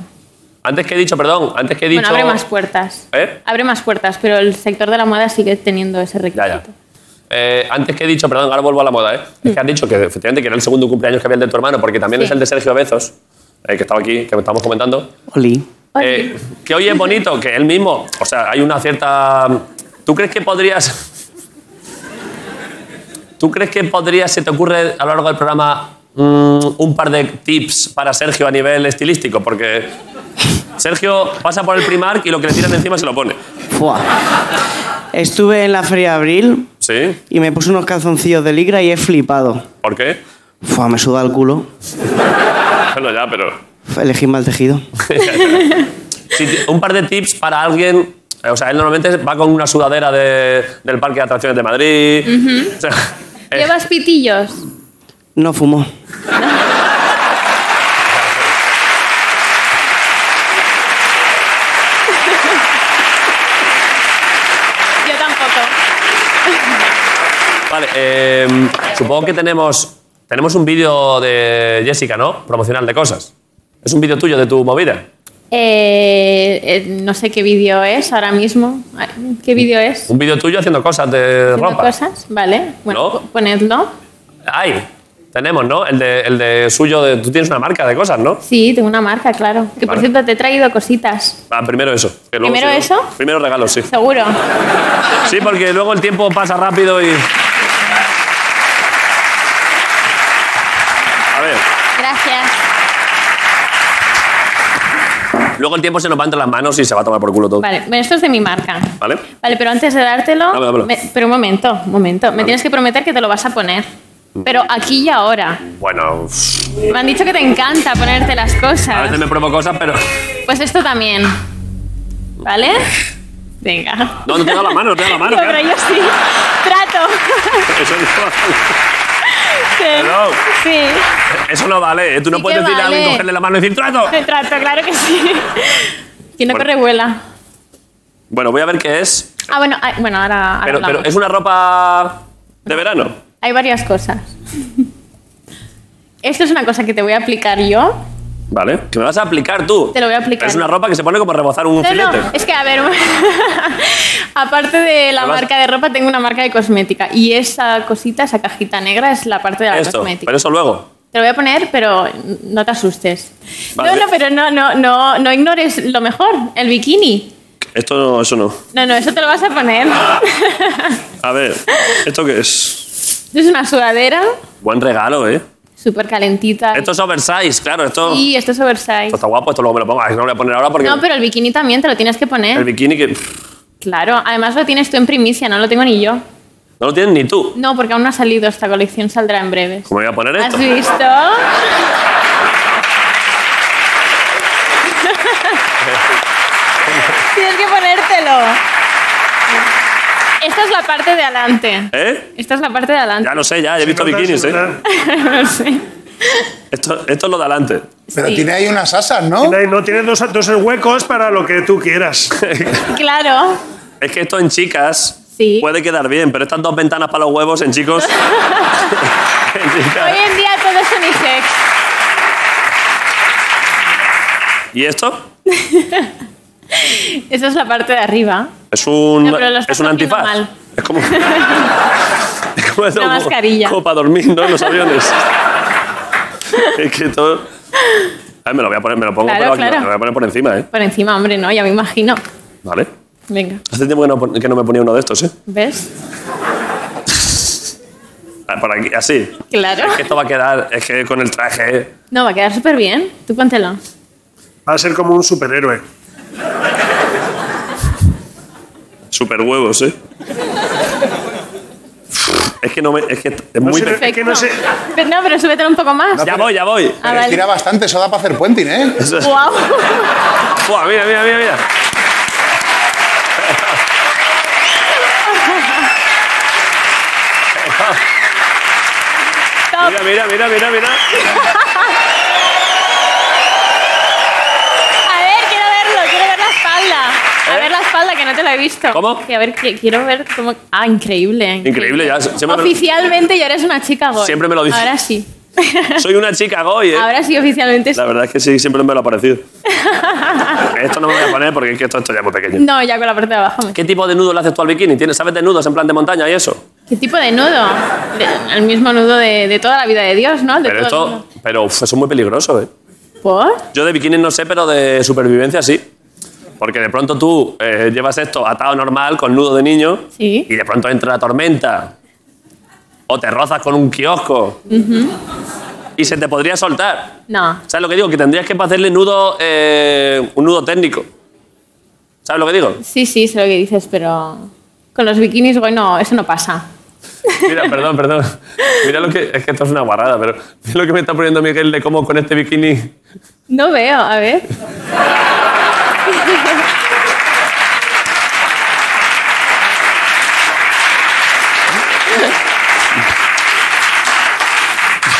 Speaker 7: Antes que he dicho, perdón, antes que he dicho.
Speaker 10: Bueno, abre más puertas.
Speaker 7: ¿Eh?
Speaker 10: Abre más puertas, pero el sector de la moda sigue teniendo ese requisito.
Speaker 7: Ya, ya. Eh, antes que he dicho, perdón, ahora vuelvo a la moda, ¿eh? Es que has dicho que efectivamente que era el segundo cumpleaños que había el de tu hermano, porque también
Speaker 10: Sí.
Speaker 7: es el de Sergio Bezos, eh, que estaba aquí, que estamos comentando.
Speaker 1: Oli.
Speaker 7: Eh, que hoy es bonito, que él mismo. O sea, hay una cierta. ¿Tú crees que podrías. ¿Tú crees que podrías, se te ocurre a lo largo del programa, mm, un par de tips para Sergio a nivel estilístico? Porque Sergio pasa por el Primark y lo que le tiran encima se lo pone.
Speaker 1: Fua. Estuve en la feria de abril
Speaker 7: ¿Sí?
Speaker 1: y me puse unos calzoncillos de ligra y he flipado.
Speaker 7: ¿Por qué?
Speaker 1: Fua, me suda el culo.
Speaker 7: Bueno, ya, pero.
Speaker 1: Elegí mal tejido.
Speaker 7: Sí, ti- un par de tips para alguien. eh, O sea, él normalmente va con una sudadera de- del Parque de Atracciones de Madrid. O sea, eh,
Speaker 10: ¿Llevas pitillos?
Speaker 1: No fumo.
Speaker 10: Yo tampoco.
Speaker 7: Vale, eh, supongo que tenemos, tenemos un vídeo de Jessica, ¿no? Promocional de cosas. Es un vídeo tuyo de tu movida.
Speaker 10: Eh, no sé qué vídeo es ahora mismo. Ay, ¿Qué vídeo es?
Speaker 7: Un vídeo tuyo haciendo cosas de
Speaker 10: ¿Haciendo
Speaker 7: ropa.
Speaker 10: cosas? Vale. Bueno,
Speaker 7: ¿No?
Speaker 10: po- ponedlo.
Speaker 7: Ay, tenemos, ¿no? El de, el de suyo, de, tú tienes una marca de cosas, ¿no?
Speaker 10: Sí, tengo una marca, claro. Que por
Speaker 7: Vale.
Speaker 10: cierto te he traído cositas.
Speaker 7: Ah, primero eso. que luego
Speaker 10: ¿Primero
Speaker 7: si no-
Speaker 10: eso?
Speaker 7: Primero regalos, sí.
Speaker 10: Seguro.
Speaker 7: Sí, porque luego el tiempo pasa rápido y... A ver.
Speaker 10: Gracias.
Speaker 7: Luego el tiempo se nos va entre las manos y se va a tomar por culo todo.
Speaker 10: Vale, bueno, esto es de mi marca.
Speaker 7: ¿Vale?
Speaker 10: Vale, pero antes de dártelo.
Speaker 7: Dámelo, dámelo.
Speaker 10: me- pero un momento, un momento. Me tienes que prometer que te lo vas a poner.
Speaker 7: Mm.
Speaker 10: Pero aquí y ahora.
Speaker 7: Bueno, uf,
Speaker 10: Me han dicho que te encanta ponerte las
Speaker 7: a
Speaker 10: cosas.
Speaker 7: veces me promo cosas, pero...
Speaker 10: Pues esto también. ¿Vale? Venga.
Speaker 7: No, no te da la mano, no te da la mano, ¿eh?
Speaker 10: No,
Speaker 7: claro.
Speaker 10: pero yo sí. Trato.
Speaker 7: Eso no- Perdón.
Speaker 10: Sí. Sí.
Speaker 7: Eso no vale, ¿eh? Tú no
Speaker 10: Sí
Speaker 7: puedes
Speaker 10: que
Speaker 7: decirle a alguien
Speaker 10: vale.
Speaker 7: cogerle la mano y decir trato.
Speaker 10: Te trato, claro que sí. Que no
Speaker 7: Bueno.
Speaker 10: corre vuela.
Speaker 7: Bueno, voy a ver qué es.
Speaker 10: Ah, bueno, ah, bueno ahora, ahora
Speaker 7: Pero,
Speaker 10: hablamos.
Speaker 7: pero es una ropa de verano.
Speaker 10: Hay varias cosas. Esto es una cosa que te voy a aplicar yo.
Speaker 7: Vale. Que me vas a aplicar tú.
Speaker 10: Te lo voy a aplicar.
Speaker 7: Pero es una ropa que se pone como a rebozar un
Speaker 10: No,
Speaker 7: filete.
Speaker 10: no, es que a ver, aparte de la
Speaker 7: Me vas-
Speaker 10: marca de ropa, tengo una marca de cosmética y esa cosita, esa cajita negra, es la parte de la
Speaker 7: Esto.
Speaker 10: cosmética.
Speaker 7: Pero eso luego.
Speaker 10: Te lo voy a poner, pero no te asustes.
Speaker 7: Vale.
Speaker 10: No, no, pero no, no, no, no ignores lo mejor, el bikini.
Speaker 7: Esto no, eso no.
Speaker 10: No, no, eso te lo vas a poner.
Speaker 7: A ver, ¿esto qué es?
Speaker 10: es una sudadera
Speaker 7: Buen regalo, ¿eh?
Speaker 10: súper calentita.
Speaker 7: Esto es oversize, claro, esto,
Speaker 10: Sí, esto es
Speaker 7: esto
Speaker 10: oversize.
Speaker 7: está guapo, esto luego me lo pongo. Ay, No lo voy a poner ahora porque
Speaker 10: No, pero el bikini también te lo tienes que poner.
Speaker 7: el bikini que... pff,
Speaker 10: Claro, además lo tienes tú en primicia, no lo tengo ni yo.
Speaker 7: No lo tienes ni tú.
Speaker 10: No, porque aún no ha salido esta colección, saldrá en breves.
Speaker 7: ¿Cómo voy a poner
Speaker 10: ¿Has
Speaker 7: esto?
Speaker 10: visto? Tienes que ponértelo. Esta es la parte de adelante.
Speaker 7: ¿Eh?
Speaker 10: Esta es la parte de adelante.
Speaker 7: Ya no sé, ya he visto bikinis, ¿eh?
Speaker 10: no sé.
Speaker 7: Esto, esto es lo de adelante.
Speaker 9: Pero
Speaker 10: Sí.
Speaker 9: tiene ahí unas asas, ¿no?
Speaker 8: No, tienes dos, dos huecos para lo que tú quieras.
Speaker 10: Claro.
Speaker 7: Es que esto en chicas
Speaker 10: Sí.
Speaker 7: puede quedar bien, pero estas dos ventanas para los huevos en chicos... en
Speaker 10: Hoy
Speaker 7: chicas.
Speaker 10: en día todo es unisex.
Speaker 7: ¿Y esto?
Speaker 10: Esa es la parte de arriba.
Speaker 7: Es un,
Speaker 10: No, pero lo estás
Speaker 7: es un
Speaker 10: haciendo
Speaker 7: antifaz.
Speaker 10: mal.
Speaker 7: Es como. es como esto, como-
Speaker 10: mascarilla.
Speaker 7: Como para dormir, ¿no? En los aviones. es que todo. A ver, me lo voy a poner, me lo pongo,
Speaker 10: Claro,
Speaker 7: pero aquí,
Speaker 10: claro.
Speaker 7: me lo voy a poner por encima, ¿eh?
Speaker 10: Por encima, hombre, no, ya me imagino.
Speaker 7: Vale.
Speaker 10: Venga,
Speaker 7: Hace tiempo que no, pon- que no me ponía uno de estos, ¿eh?
Speaker 10: ¿ves?
Speaker 7: Ah, Por aquí, así.
Speaker 10: Claro.
Speaker 7: Es que esto va a quedar, es que con el traje. ¿eh?
Speaker 10: No, va a quedar súper bien. Tú póntelo.
Speaker 8: Va a ser como un superhéroe.
Speaker 7: Super huevos, ¿eh? es que no me. Es que es muy.
Speaker 8: sé-
Speaker 7: pe-
Speaker 8: Es que no sé-
Speaker 10: Pero no, pero súbetelo un poco más.
Speaker 7: Ya voy, ya voy.
Speaker 10: Ah,
Speaker 9: Pero
Speaker 10: vale.
Speaker 9: Tira bastante, eso da para hacer puenting, ¿eh?
Speaker 7: Eso es-
Speaker 10: Guau.
Speaker 7: Buah, mira, mira, mira, mira.
Speaker 10: Top.
Speaker 7: Mira, mira, mira, mira, mira.
Speaker 10: A ver, quiero verlo, quiero ver la espalda. A
Speaker 7: ¿Eh?
Speaker 10: ver la espalda, que no te la he visto.
Speaker 7: ¿Cómo?
Speaker 10: Que a ver, que- quiero ver cómo... Ah, increíble.
Speaker 7: Increíble, ya. se- siempre me-
Speaker 10: Oficialmente ya eres una chica goy.
Speaker 7: Siempre me lo dices.
Speaker 10: Ahora sí.
Speaker 7: soy una chica goy, ¿eh?
Speaker 10: Ahora sí, oficialmente sí.
Speaker 7: La verdad es que sí, siempre me lo ha parecido. esto no me lo voy a poner porque es que esto, esto ya es muy pequeño.
Speaker 10: No, ya con la parte de abajo. me-
Speaker 7: ¿Qué tipo de nudo le haces tú al bikini? ¿Tienes, ¿Sabes de nudos en plan de montaña y eso?
Speaker 10: ¿Qué tipo de nudo? De- el mismo nudo de, de toda la vida de Dios, ¿no? El De
Speaker 7: Pero
Speaker 10: todo el
Speaker 7: esto,
Speaker 10: mundo.
Speaker 7: pero uf, eso es muy peligroso, ¿eh?
Speaker 10: ¿Por?
Speaker 7: Yo de bikini no sé, pero de supervivencia sí. Porque de pronto tú eh, llevas esto atado normal, con nudo de niño,
Speaker 10: Sí.
Speaker 7: y de pronto entra la tormenta. O te rozas con un kiosco. Y se te podría soltar.
Speaker 10: No.
Speaker 7: ¿Sabes lo que digo? Que tendrías que hacerle nudo, eh, un nudo técnico. ¿Sabes lo que digo?
Speaker 10: Sí, sí, sé lo que dices, pero... Con los bikinis, goy no, eso no pasa.
Speaker 7: Mira, perdón, perdón. Mira lo que. Es que esto es una guarrada, pero. Mira lo que me está poniendo Miguel de cómo con este bikini.
Speaker 10: No veo, a ver.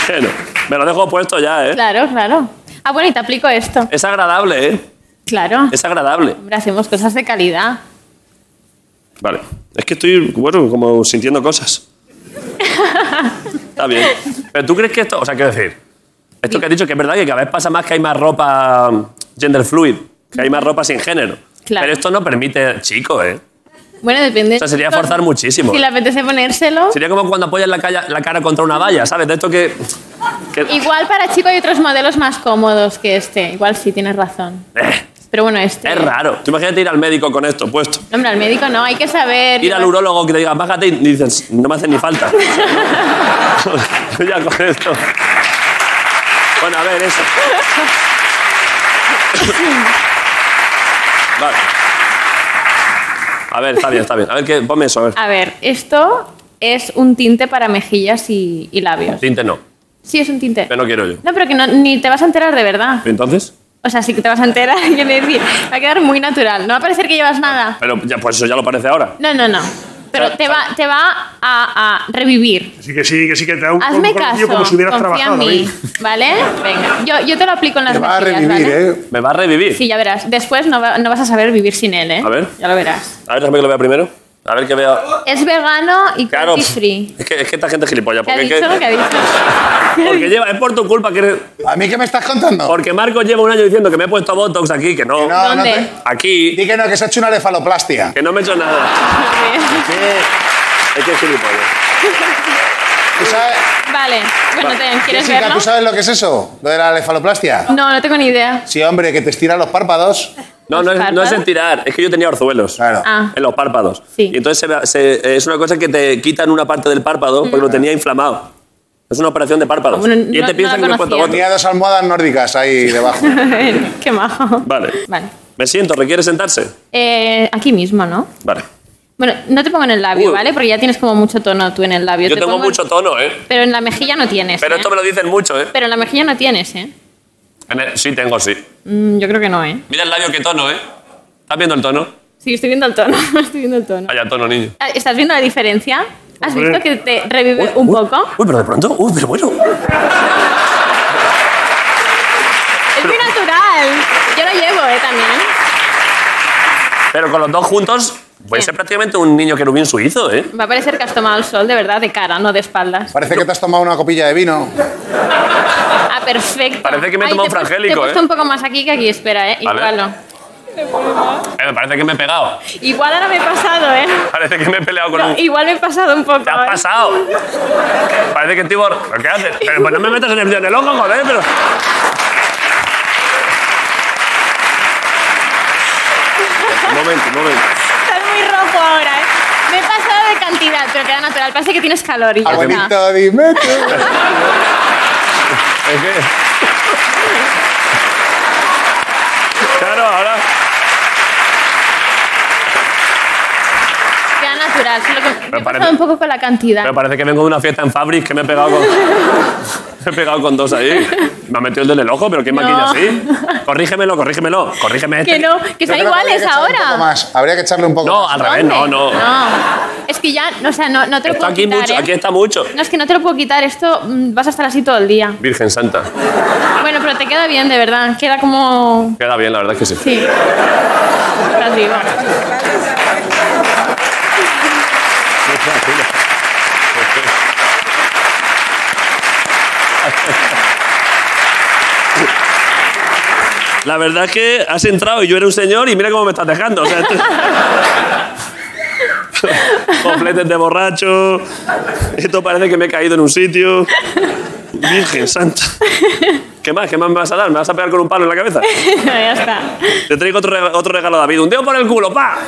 Speaker 7: Bueno, me lo dejo puesto ya, ¿eh?
Speaker 10: Claro, claro. Ah, bueno, y te aplico esto.
Speaker 7: Es agradable, ¿eh?
Speaker 10: Claro.
Speaker 7: Es agradable.
Speaker 10: Hombre, hacemos cosas de calidad.
Speaker 7: Vale. Es que estoy, bueno, como sintiendo cosas. Está bien. Pero tú crees que esto. O sea, quiero decir. Esto que has dicho que es verdad que cada vez pasa más que hay más ropa gender fluid, que hay más ropa sin género.
Speaker 10: Claro.
Speaker 7: Pero esto no permite, chico, ¿eh?
Speaker 10: Bueno, depende.
Speaker 7: O sea, sería forzar muchísimo.
Speaker 10: Si le apetece ponérselo.
Speaker 7: Sería como cuando apoyas la, calla- la cara contra una valla, ¿sabes? De esto que. que-
Speaker 10: Igual para chico hay otros modelos más cómodos que este. Igual sí, tienes razón.
Speaker 7: Eh,
Speaker 10: Pero bueno, este.
Speaker 7: es raro. Tú imagínate ir al médico con esto puesto.
Speaker 10: Hombre, al médico no, hay que saber.
Speaker 7: Ir al urólogo que te diga, bájate y dices, no me hace ni falta. Yo ya con esto. Bueno, a ver, eso. Vale. A ver, está bien, está bien. A ver, que, ponme eso, a ver.
Speaker 10: A ver, esto es un tinte para mejillas y, y labios.
Speaker 7: Tinte no,
Speaker 10: Sí, es un tinte.
Speaker 7: que no quiero yo.
Speaker 10: No, pero que no- ni te vas a enterar de verdad.
Speaker 7: Entonces,
Speaker 10: O sea, sí que te vas a enterar, quiero decir. Va a quedar muy natural. No va a parecer que llevas nada.
Speaker 7: pero ya, pues eso ya lo parece ahora.
Speaker 10: No, no, no. Pero te va, te va a, a revivir.
Speaker 8: Así que sí, que sí que te da un
Speaker 10: Hazme
Speaker 8: un colmillo
Speaker 10: caso.
Speaker 8: como si hubieras
Speaker 10: Confía en
Speaker 8: trabajado. ¿eh?
Speaker 10: mí.
Speaker 8: David.
Speaker 10: ¿Vale? Venga. Yo, yo te lo aplico en las
Speaker 9: Te va a
Speaker 10: mejillas,
Speaker 9: revivir,
Speaker 10: ¿vale?
Speaker 9: ¿eh?
Speaker 7: Me va a revivir.
Speaker 10: Sí, ya verás. Después no, va- no vas a saber vivir sin él, ¿eh?
Speaker 7: A ver.
Speaker 10: Ya lo verás.
Speaker 7: A ver, déjame que lo vea primero. A ver que vea.
Speaker 10: Es vegano y
Speaker 7: Claro.
Speaker 10: cruelty free.
Speaker 7: Es que, es que esta gente es gilipollas.
Speaker 10: ¿Qué ha
Speaker 7: Porque, es
Speaker 10: dicho?
Speaker 7: que-
Speaker 10: ¿Qué ha dicho?
Speaker 7: porque lleva, es por tu culpa que eres-
Speaker 9: ¿A mí qué me estás contando?
Speaker 7: Porque Marcos lleva un año diciendo que me he puesto Botox aquí, que no.
Speaker 9: Que no,
Speaker 10: ¿Dónde?
Speaker 9: No te-
Speaker 7: Aquí,
Speaker 9: Di que no, que se ha hecho una lefaloplastia.
Speaker 7: que no me he hecho nada. Es que es gilipollas.
Speaker 9: ¿Tú sabes,
Speaker 10: vale. Bueno, te- ¿quieres
Speaker 9: Jessica,
Speaker 10: verlo?
Speaker 9: ¿tú sabes lo que es eso? Lo de la lefaloplastia.
Speaker 10: No, no tengo ni idea.
Speaker 9: Sí, hombre, que te estiran los párpados.
Speaker 7: No, no es, no es en
Speaker 10: párpados?
Speaker 7: tirar, es que yo tenía orzuelos
Speaker 10: Ah.
Speaker 7: en los párpados.
Speaker 10: Sí.
Speaker 7: Y entonces se me- se- es una cosa que te quitan una parte del párpado porque lo tenía inflamado. Es una operación de párpados.
Speaker 10: Mm. Bueno,
Speaker 7: y
Speaker 10: no-
Speaker 7: te piensa que
Speaker 10: no la
Speaker 7: me he puesto
Speaker 10: conocía.
Speaker 7: gotas.
Speaker 9: Tenía dos almohadas nórdicas ahí debajo.
Speaker 10: Qué majo.
Speaker 7: Vale.
Speaker 10: Vale.
Speaker 7: Me siento, ¿requiere sentarse?
Speaker 10: Eh, aquí mismo, ¿no?
Speaker 7: Vale.
Speaker 10: Bueno, no te pongo en el labio,
Speaker 7: Uy.
Speaker 10: ¿vale? Porque ya tienes como mucho tono tú en el labio.
Speaker 7: Yo
Speaker 10: Te
Speaker 7: tengo
Speaker 10: pongo-
Speaker 7: mucho tono, ¿eh?
Speaker 10: Pero en la mejilla no tienes.
Speaker 7: Pero
Speaker 10: ¿eh?
Speaker 7: esto me lo dicen mucho, ¿eh?
Speaker 10: Pero en la mejilla no tienes, ¿eh?
Speaker 7: En el- Sí, tengo, sí.
Speaker 10: Mm, yo creo que no, ¿eh?
Speaker 7: Mira el labio, qué tono, ¿eh? ¿Estás viendo el tono?
Speaker 10: Sí, estoy viendo el tono. estoy viendo el tono.
Speaker 7: Vaya tono, niño.
Speaker 10: Ah, ¿Estás viendo la diferencia? ¿Has
Speaker 8: Hombre.
Speaker 10: visto que te revive un poco?
Speaker 7: Uy, pero de pronto. Uy, pero bueno.
Speaker 10: Es muy natural. Yo lo llevo, ¿eh? También.
Speaker 7: Pero con los dos juntos, puede
Speaker 10: Sí.
Speaker 7: ser prácticamente un niño querubín suizo, ¿eh?
Speaker 10: Va a parecer que has tomado el sol, de verdad, de cara, no de espaldas.
Speaker 9: Parece que te has tomado una copilla de vino.
Speaker 10: Ah, perfecto.
Speaker 7: Parece que me he
Speaker 10: Ay,
Speaker 7: tomado
Speaker 10: te he pu-
Speaker 7: frangélico,
Speaker 10: Te he puesto
Speaker 7: ¿eh?
Speaker 10: un poco más aquí que aquí, espera, ¿eh?
Speaker 7: Vale.
Speaker 10: Igual no.
Speaker 7: Eh, Me parece que me he pegado.
Speaker 10: Igual ahora me he pasado, ¿eh?
Speaker 7: Parece que me he peleado con
Speaker 10: No,
Speaker 7: un.
Speaker 10: igual me he pasado un poco.
Speaker 7: ¡Te has
Speaker 10: ¿eh?
Speaker 7: pasado! Parece que Tibor. ¿Pero qué haces? Pero pues no me metas en el, en el ojo, joder, pero. Un momento, un momento.
Speaker 10: Estás muy rojo ahora, ¿eh? Me he pasado de cantidad, pero queda natural. Parece que tienes calor y
Speaker 7: Ah,
Speaker 10: ya está.
Speaker 9: Abuelito, dime
Speaker 10: Pues
Speaker 9: tú.
Speaker 7: Es que. Claro, ahora.
Speaker 10: Queda natural. solo que me he
Speaker 7: parece-
Speaker 10: pasado un poco con la cantidad.
Speaker 7: Pero parece que vengo de una fiesta en Fabric que me he pegado con. me he pegado con dos ahí. Me ha metido el dedo en el ojo, pero ¿quién
Speaker 10: No.
Speaker 7: maquilla así? Corrígemelo, corrígemelo, corrígeme este.
Speaker 10: Que no, que
Speaker 9: Yo
Speaker 10: son
Speaker 9: creo que habría
Speaker 10: iguales
Speaker 9: que echarle un poco
Speaker 10: ahora.
Speaker 9: más. Habría que echarle un poco
Speaker 7: No,
Speaker 9: más.
Speaker 7: al revés, no, no.
Speaker 10: Es que ya, no, o sea, no, no te lo
Speaker 7: Está
Speaker 10: puedo
Speaker 7: aquí
Speaker 10: quitar.
Speaker 7: mucho,
Speaker 10: ¿eh?
Speaker 7: aquí está mucho.
Speaker 10: No, es que no te lo puedo quitar, esto mm, vas a estar así todo el día.
Speaker 7: Virgen Santa.
Speaker 10: Bueno, pero te queda bien, de verdad. Queda como.
Speaker 7: Queda bien, la verdad es que sí.
Speaker 10: Sí. Estás vivo.
Speaker 7: La verdad es que has entrado y yo era un señor y mira cómo me estás dejando. O sea, esto- Completes de borracho. Esto parece que me he caído en un sitio. Virgen Santa. ¿Qué más? ¿Qué más me vas a dar? ¿Me vas a pegar con un palo en la cabeza?
Speaker 10: ya está.
Speaker 7: Te traigo otro, rega- otro regalo, David. Un dedo por el culo, pa.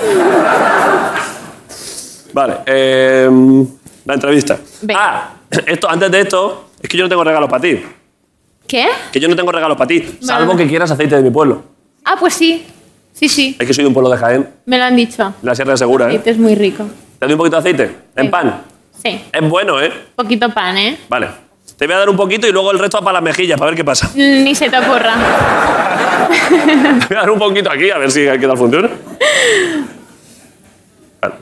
Speaker 7: Vale. em, la entrevista.
Speaker 10: Venga.
Speaker 7: Ah, esto, antes de esto, es que yo no tengo regalos para ti.
Speaker 10: ¿Qué?
Speaker 7: Que yo no tengo regalos para ti, salvo que quieras aceite de mi pueblo.
Speaker 10: Ah, pues sí. Sí, sí.
Speaker 7: Es que soy de un pueblo de Jaén,
Speaker 10: Me lo han dicho.
Speaker 7: de la Sierra de Segura, ¿eh?
Speaker 10: Este es muy rico.
Speaker 7: ¿Te doy un poquito de aceite? En
Speaker 10: Venga.
Speaker 7: pan.
Speaker 10: Sí.
Speaker 7: Es bueno, ¿eh?
Speaker 10: Poquito pan, ¿eh?
Speaker 7: Vale. Te voy a dar un poquito y luego el resto para las mejillas, para ver qué pasa.
Speaker 10: Mm, Ni se te ocurra.
Speaker 7: Te voy a dar un poquito aquí, a ver si qué tal funciona. Vale.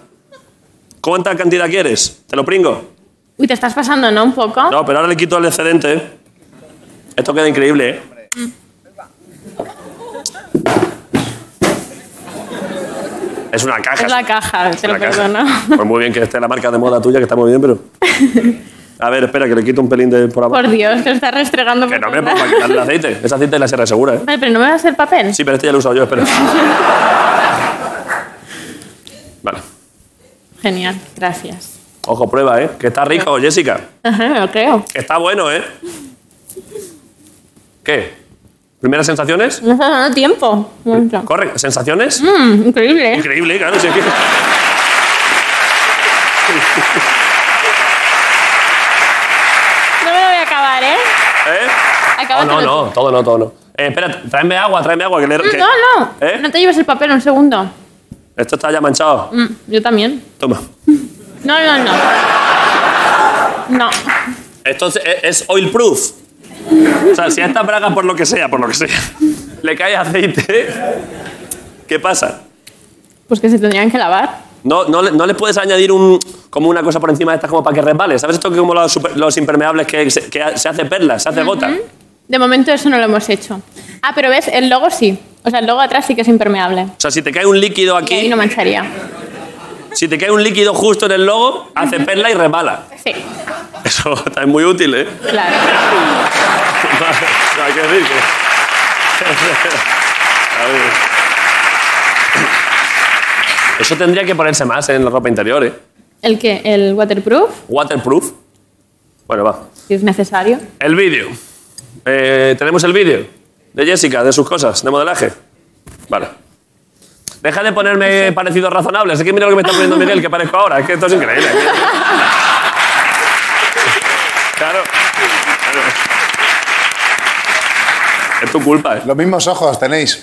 Speaker 7: ¿Cuánta cantidad quieres? ¿Te lo pringo?
Speaker 10: Uy, te estás pasando, ¿no? Un poco.
Speaker 7: No, pero ahora le quito el excedente. ¿eh? Esto queda increíble, ¿eh? Es una caja.
Speaker 10: es la caja, te lo
Speaker 7: una caja.
Speaker 10: perdono.
Speaker 7: Pues muy bien que esté la marca de moda tuya, que está muy bien, pero... A ver, espera, que le quito un pelín de por abajo.
Speaker 10: Por Dios, te lo estás restregando.
Speaker 7: Que
Speaker 10: por
Speaker 7: no me
Speaker 10: todos
Speaker 7: para
Speaker 10: lados.
Speaker 7: quitarle el aceite. Ese aceite es la Sierra Segura, ¿eh?
Speaker 10: Vale, pero no me vas a hacer papel.
Speaker 7: Sí, pero este ya lo he usado yo, espera. Vale.
Speaker 10: Genial, gracias.
Speaker 7: Ojo, prueba, ¿eh? Que está rico, Jessica.
Speaker 10: Ajá, me lo creo.
Speaker 7: Que está bueno, ¿eh? ¿Qué? ¿Primeras sensaciones?
Speaker 10: No está dando tiempo. Un momento.
Speaker 7: Corre, ¿sensaciones?
Speaker 10: Mm, increíble, ¿eh?
Speaker 7: Increíble, claro. sí, es que-
Speaker 10: No me lo voy a acabar, ¿eh?
Speaker 7: ¿Eh? Oh, no,
Speaker 10: Acábatelo tú.
Speaker 7: no, todo no, todo no. Eh, espera, tráeme agua, tráeme agua. Que le, que-
Speaker 10: No, no.
Speaker 7: ¿Eh?
Speaker 10: No te lleves el papel un segundo.
Speaker 7: Esto está ya manchado.
Speaker 10: Mm, yo también.
Speaker 7: Toma.
Speaker 10: No, no, no. No.
Speaker 7: Esto es, es oil proof. O sea, si a esta braga, por lo que sea, por lo que sea, le cae aceite, ¿qué pasa?
Speaker 10: Pues que se tendrían que lavar.
Speaker 7: No, no, le- no le puedes añadir un, como una cosa por encima de estas como para que resbale. ¿Sabes esto que como los, super- los impermeables que se, que ha- se hace perla, se hace gota?
Speaker 10: De momento eso no lo hemos hecho. Ah, pero ves, el logo sí. O sea, el logo atrás sí que es impermeable.
Speaker 7: O sea, si te cae un líquido
Speaker 10: Y ahí
Speaker 7: aquí,
Speaker 10: no mancharía.
Speaker 7: si te cae un líquido justo en el logo, hace perla y resbala.
Speaker 10: Sí,
Speaker 7: Eso está es muy útil, ¿eh?
Speaker 10: claro.
Speaker 7: No, hay que decir que- A ver. Eso tendría que ponerse más en la ropa interior, ¿eh?
Speaker 10: ¿El qué? ¿El waterproof?
Speaker 7: Waterproof. Bueno, va.
Speaker 10: Si es necesario.
Speaker 7: El vídeo. Eh, ¿Tenemos el vídeo? De Jessica, de sus cosas, de modelaje. Vale. Deja de ponerme parecidos razonables. Es que mira lo que me está poniendo Miguel, que parezco ahora. Es que esto es increíble. Claro. Es tu culpa, ¿eh?
Speaker 9: Los mismos ojos tenéis.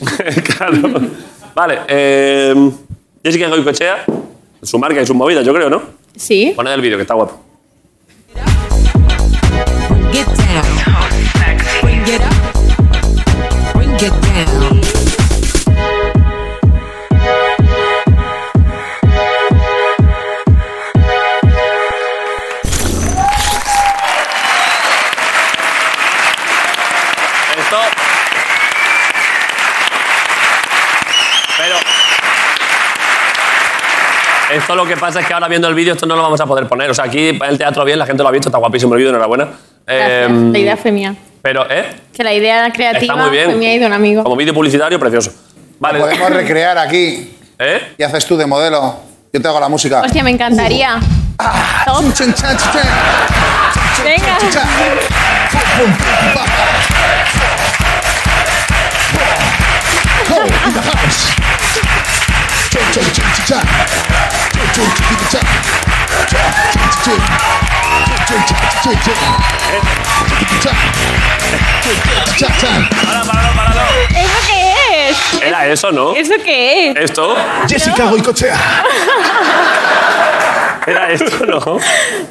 Speaker 7: claro. Vale. Eh, Jessica Goicochea, su marca y sus movidas, yo creo, ¿no?
Speaker 10: Sí.
Speaker 7: Poned el vídeo, que está guapo.
Speaker 12: Get down. Bring it up. Bring it down.
Speaker 7: Esto. Pero. Esto lo que pasa es que ahora viendo el vídeo, esto no lo vamos a poder poner. O sea, aquí el teatro bien, la gente lo ha visto, está guapísimo el vídeo, enhorabuena.
Speaker 10: Gracias.
Speaker 7: Em,
Speaker 10: la idea fue mía.
Speaker 7: pero, ¿eh?
Speaker 10: Que la idea
Speaker 7: Está
Speaker 10: creativa
Speaker 7: muy bien.
Speaker 10: fue mía y de un amigo.
Speaker 7: Como vídeo publicitario, precioso. Vale.
Speaker 9: Lo podemos recrear aquí.
Speaker 7: ¿Eh?
Speaker 9: Y haces tú de modelo. Yo te hago la música.
Speaker 10: Hostia, me encantaría. Top.
Speaker 9: Chin, chan, chin, chan.
Speaker 10: Venga. ¿Eso qué es?
Speaker 7: Era eso, ¿no?
Speaker 10: ¿Eso qué es?
Speaker 7: Esto.
Speaker 12: Jessica Goicochea.
Speaker 7: Era esto, ¿no?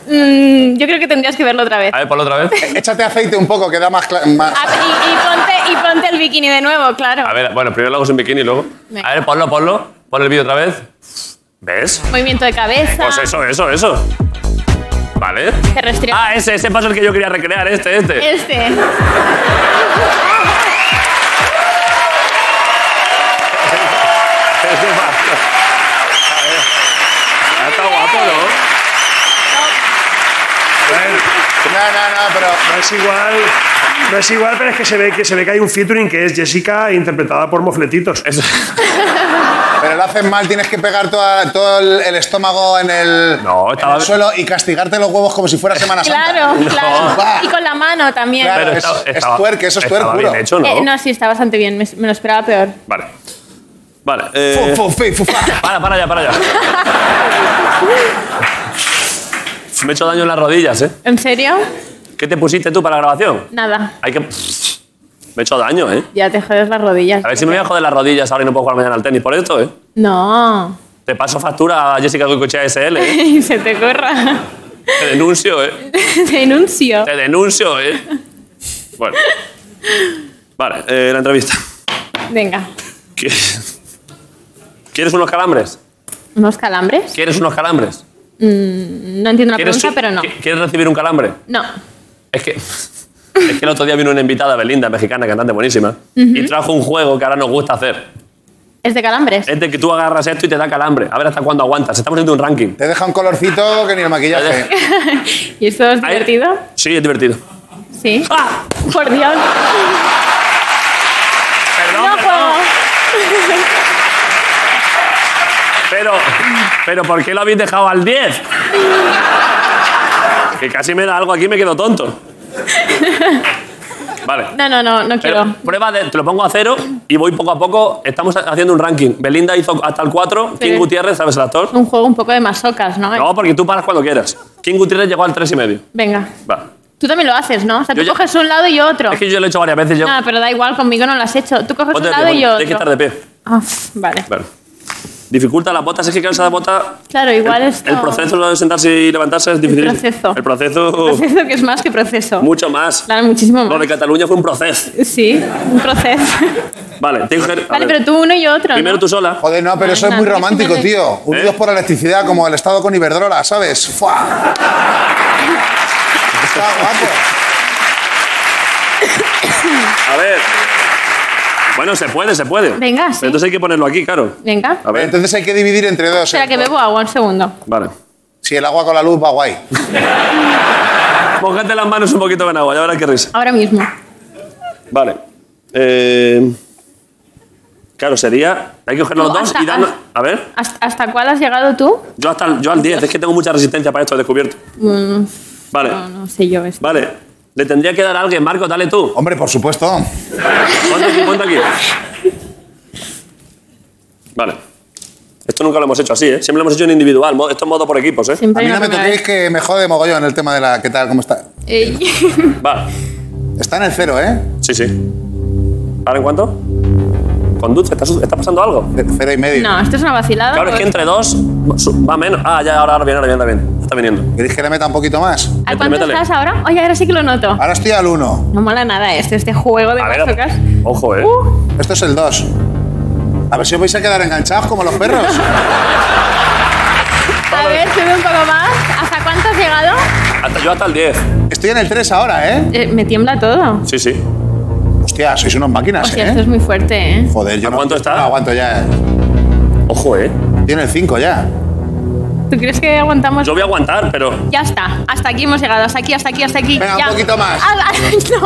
Speaker 10: Mm, yo creo que tendrías que verlo otra vez.
Speaker 7: A ver, ponlo otra vez.
Speaker 9: Échate aceite un poco, que da más, cla- más-
Speaker 10: Ah, y, y ponte, y ponte el bikini de nuevo, claro.
Speaker 7: A ver, bueno, primero lo hago sin bikini y luego.
Speaker 10: Venga.
Speaker 7: A ver, ponlo, ponlo. Pon el vídeo otra vez. ¿Ves?
Speaker 10: Movimiento de cabeza.
Speaker 7: Pues eso, eso, eso. Vale.
Speaker 10: Te restringe.
Speaker 7: Ah, ese, ese paso es el que yo quería recrear, este, este.
Speaker 10: Este.
Speaker 7: Este paso. A ver. Está guapo, ¿no?
Speaker 9: No, no, no, pero.
Speaker 8: No es igual. No es igual, pero es que se ve que se ve que hay un featuring que es Jessica interpretada por mofletitos.
Speaker 9: Pero lo haces mal, tienes que pegar toda- todo el, el estómago en el,
Speaker 7: No,
Speaker 9: en
Speaker 7: estaba-
Speaker 9: el suelo y castigarte los huevos como si fuera Semana Santa.
Speaker 10: Claro,
Speaker 9: Va.
Speaker 10: claro. Y con la mano también.
Speaker 9: Claro, es-
Speaker 7: estaba-
Speaker 9: es
Speaker 7: estaba-
Speaker 9: twerk, eso es twerk
Speaker 7: estaba
Speaker 9: puro.
Speaker 7: bien hecho, ¿no?
Speaker 10: Eh, no, sí, está bastante bien. Me, me lo esperaba peor.
Speaker 7: Vale. Vale. eh,
Speaker 9: Fu, fu, fi, fu, fa.
Speaker 7: Para, para ya, para ya. Me he hecho daño en las rodillas, ¿eh?
Speaker 10: ¿En serio?
Speaker 7: ¿Qué te pusiste tú para la grabación?
Speaker 10: Nada.
Speaker 7: Hay que. Me he hecho daño, ¿eh?
Speaker 10: Ya te jodes las rodillas.
Speaker 7: A ver si me voy a joder las rodillas ahora y no puedo jugar mañana al tenis por esto, ¿eh?
Speaker 10: No.
Speaker 7: Te paso factura a Jessica Goicochea SL, ¿eh?
Speaker 10: Y se te corra.
Speaker 7: Te denuncio, ¿eh?
Speaker 10: Denuncio.
Speaker 7: Te denuncio, ¿eh? Bueno. Vale, eh, la entrevista.
Speaker 10: Venga.
Speaker 7: ¿Qué- ¿Quieres unos calambres?
Speaker 10: ¿Unos calambres?
Speaker 7: ¿Quieres unos calambres?
Speaker 10: Mm, no entiendo la
Speaker 7: ¿Quieres,
Speaker 10: pregunta, pero no.
Speaker 7: qui- ¿Quieres recibir un calambre?
Speaker 10: No.
Speaker 7: Es que, es que el otro día vino una invitada, Belinda, mexicana, cantante buenísima, y trajo un juego que ahora nos gusta hacer.
Speaker 10: ¿Es de calambres?
Speaker 7: Es de que tú agarras esto y te da calambre. A ver hasta cuándo aguantas. Estamos haciendo un ranking.
Speaker 9: Te deja un colorcito que ni el maquillaje.
Speaker 10: ¿Y esto es
Speaker 7: Eh, Ahí-
Speaker 10: divertido?
Speaker 7: Sí, es divertido.
Speaker 10: Sí.
Speaker 7: ¡Ah!
Speaker 10: Por Dios.
Speaker 7: Perdón,
Speaker 10: No
Speaker 7: perdón.
Speaker 10: puedo.
Speaker 7: Pero, pero ¿por qué lo habéis dejado al 10? Que casi me da algo aquí y me quedo tonto. Vale.
Speaker 10: No, no, no, no
Speaker 7: Pero
Speaker 10: quiero.
Speaker 7: prueba de, te lo pongo a cero y voy poco a poco. Estamos haciendo un ranking. Belinda hizo hasta el 4. King
Speaker 10: Sí.
Speaker 7: Gutiérrez, ¿sabes el actor?
Speaker 10: Un juego un poco de masocas, ¿no?
Speaker 7: No, porque tú paras cuando quieras. King Gutiérrez llegó al 3 y medio.
Speaker 10: Venga.
Speaker 7: Va.
Speaker 10: Tú también lo haces, ¿no? O sea,
Speaker 7: Yo
Speaker 10: tú
Speaker 7: ya-
Speaker 10: coges un lado y yo otro.
Speaker 7: Es que yo lo he hecho varias veces. Yo...
Speaker 10: No, pero da igual, conmigo no lo has hecho. Tú coges
Speaker 7: Ponte
Speaker 10: un
Speaker 7: de
Speaker 10: lado
Speaker 7: pie,
Speaker 10: y yo
Speaker 7: Tienes que estar
Speaker 10: otro.
Speaker 7: de pie.
Speaker 10: Ah, vale.
Speaker 7: Vale. Dificulta las botas. Es que cansa de bota.
Speaker 10: Claro, igual
Speaker 7: el,
Speaker 10: esto...
Speaker 7: el proceso de sentarse y levantarse es difícil.
Speaker 10: proceso.
Speaker 7: El proceso.
Speaker 10: Proceso que es más que proceso.
Speaker 7: Mucho más.
Speaker 10: Claro, muchísimo
Speaker 7: Lo de
Speaker 10: más.
Speaker 7: Cataluña fue un proceso.
Speaker 10: Sí, un proceso.
Speaker 7: Vale, tengo que. a
Speaker 10: vale,
Speaker 7: ver.
Speaker 10: pero tú uno y yo otro,
Speaker 7: Primero
Speaker 10: ¿no?
Speaker 7: tú sola.
Speaker 9: Joder, no, pero eso es muy romántico, tío. Unidos por la electricidad, como el Estado con Iberdrola, ¿sabes? ¡Fua! Está guapo.
Speaker 7: A ver. Bueno, se puede, se puede.
Speaker 10: Venga, sí.
Speaker 7: Pero entonces hay que ponerlo aquí, claro.
Speaker 10: Venga.
Speaker 7: A ver.
Speaker 9: Entonces hay que dividir entre dos.
Speaker 10: Espera,
Speaker 9: ¿eh?
Speaker 10: que bebo agua, un segundo.
Speaker 7: Vale.
Speaker 9: Si el agua con la luz va guay.
Speaker 7: Mojate las manos un poquito con agua, ya verás qué risa.
Speaker 10: Ahora mismo.
Speaker 7: Vale. Eh, Claro, sería. Hay que coger los
Speaker 10: Tú,
Speaker 7: dos
Speaker 10: hasta-
Speaker 7: y darnos. A ver.
Speaker 10: ¿Hasta, hasta cuál has llegado tú?
Speaker 7: Yo hasta el- yo al 10, es que tengo mucha resistencia para esto, he descubierto.
Speaker 10: Mm,
Speaker 7: Vale,
Speaker 10: no, no sé yo esto.
Speaker 7: vale. Le tendría que dar a alguien, Marco, dale tú.
Speaker 9: Hombre, por supuesto.
Speaker 7: Ponte aquí, ponte aquí. Vale. Esto nunca lo hemos hecho así, ¿eh? Siempre lo hemos hecho en individual. mo- Esto es modo por equipos, ¿eh?
Speaker 9: A mí no me toquéis que me jode mogollón el tema de la. ¿Qué tal? ¿Cómo está?
Speaker 10: Eh,
Speaker 7: Va.
Speaker 9: Está en el cero, ¿eh?
Speaker 7: Sí, sí. ¿Ahora en cuánto? Conduce, ¿está, su- está pasando algo?
Speaker 9: Cero y medio.
Speaker 10: no, esto es una vacilada.
Speaker 7: Claro, es que
Speaker 10: porque-
Speaker 7: entre dos su- va menos. Ah, ya, ahora, ahora viene, ahora viene, ahora viene. Ya Está viniendo.
Speaker 9: ¿Queréis que le meta un poquito más?
Speaker 10: ¿A cuánto estás ahora? Oye, ahora sí que lo noto.
Speaker 9: Ahora estoy al 1.
Speaker 10: No mola nada este, este juego de bazookas.
Speaker 7: Ojo, eh.
Speaker 10: Uh.
Speaker 9: Esto es el 2. A ver si os vais a quedar enganchados como los perros.
Speaker 10: A ver, sube un poco más. ¿Hasta cuánto has llegado?
Speaker 7: Hasta, yo hasta el 10.
Speaker 9: Estoy en el 3 ahora, ¿eh?
Speaker 10: Eh, me tiembla todo.
Speaker 7: Sí, sí.
Speaker 9: Hostia, sois unos máquinas,
Speaker 10: Hostia,
Speaker 9: ¿eh?
Speaker 10: esto es muy fuerte, ¿eh?
Speaker 9: Joder, yo ¿A cuánto está? No aguanto ya.
Speaker 7: Ojo, ¿eh?
Speaker 9: Tiene el 5 ya.
Speaker 10: ¿Tú crees que aguantamos?
Speaker 7: Yo voy a aguantar, pero.
Speaker 10: Ya está. Hasta aquí hemos llegado. Hasta aquí, hasta aquí, hasta aquí.
Speaker 9: Venga, un
Speaker 10: ya.
Speaker 9: poquito más.
Speaker 10: Ah, ah,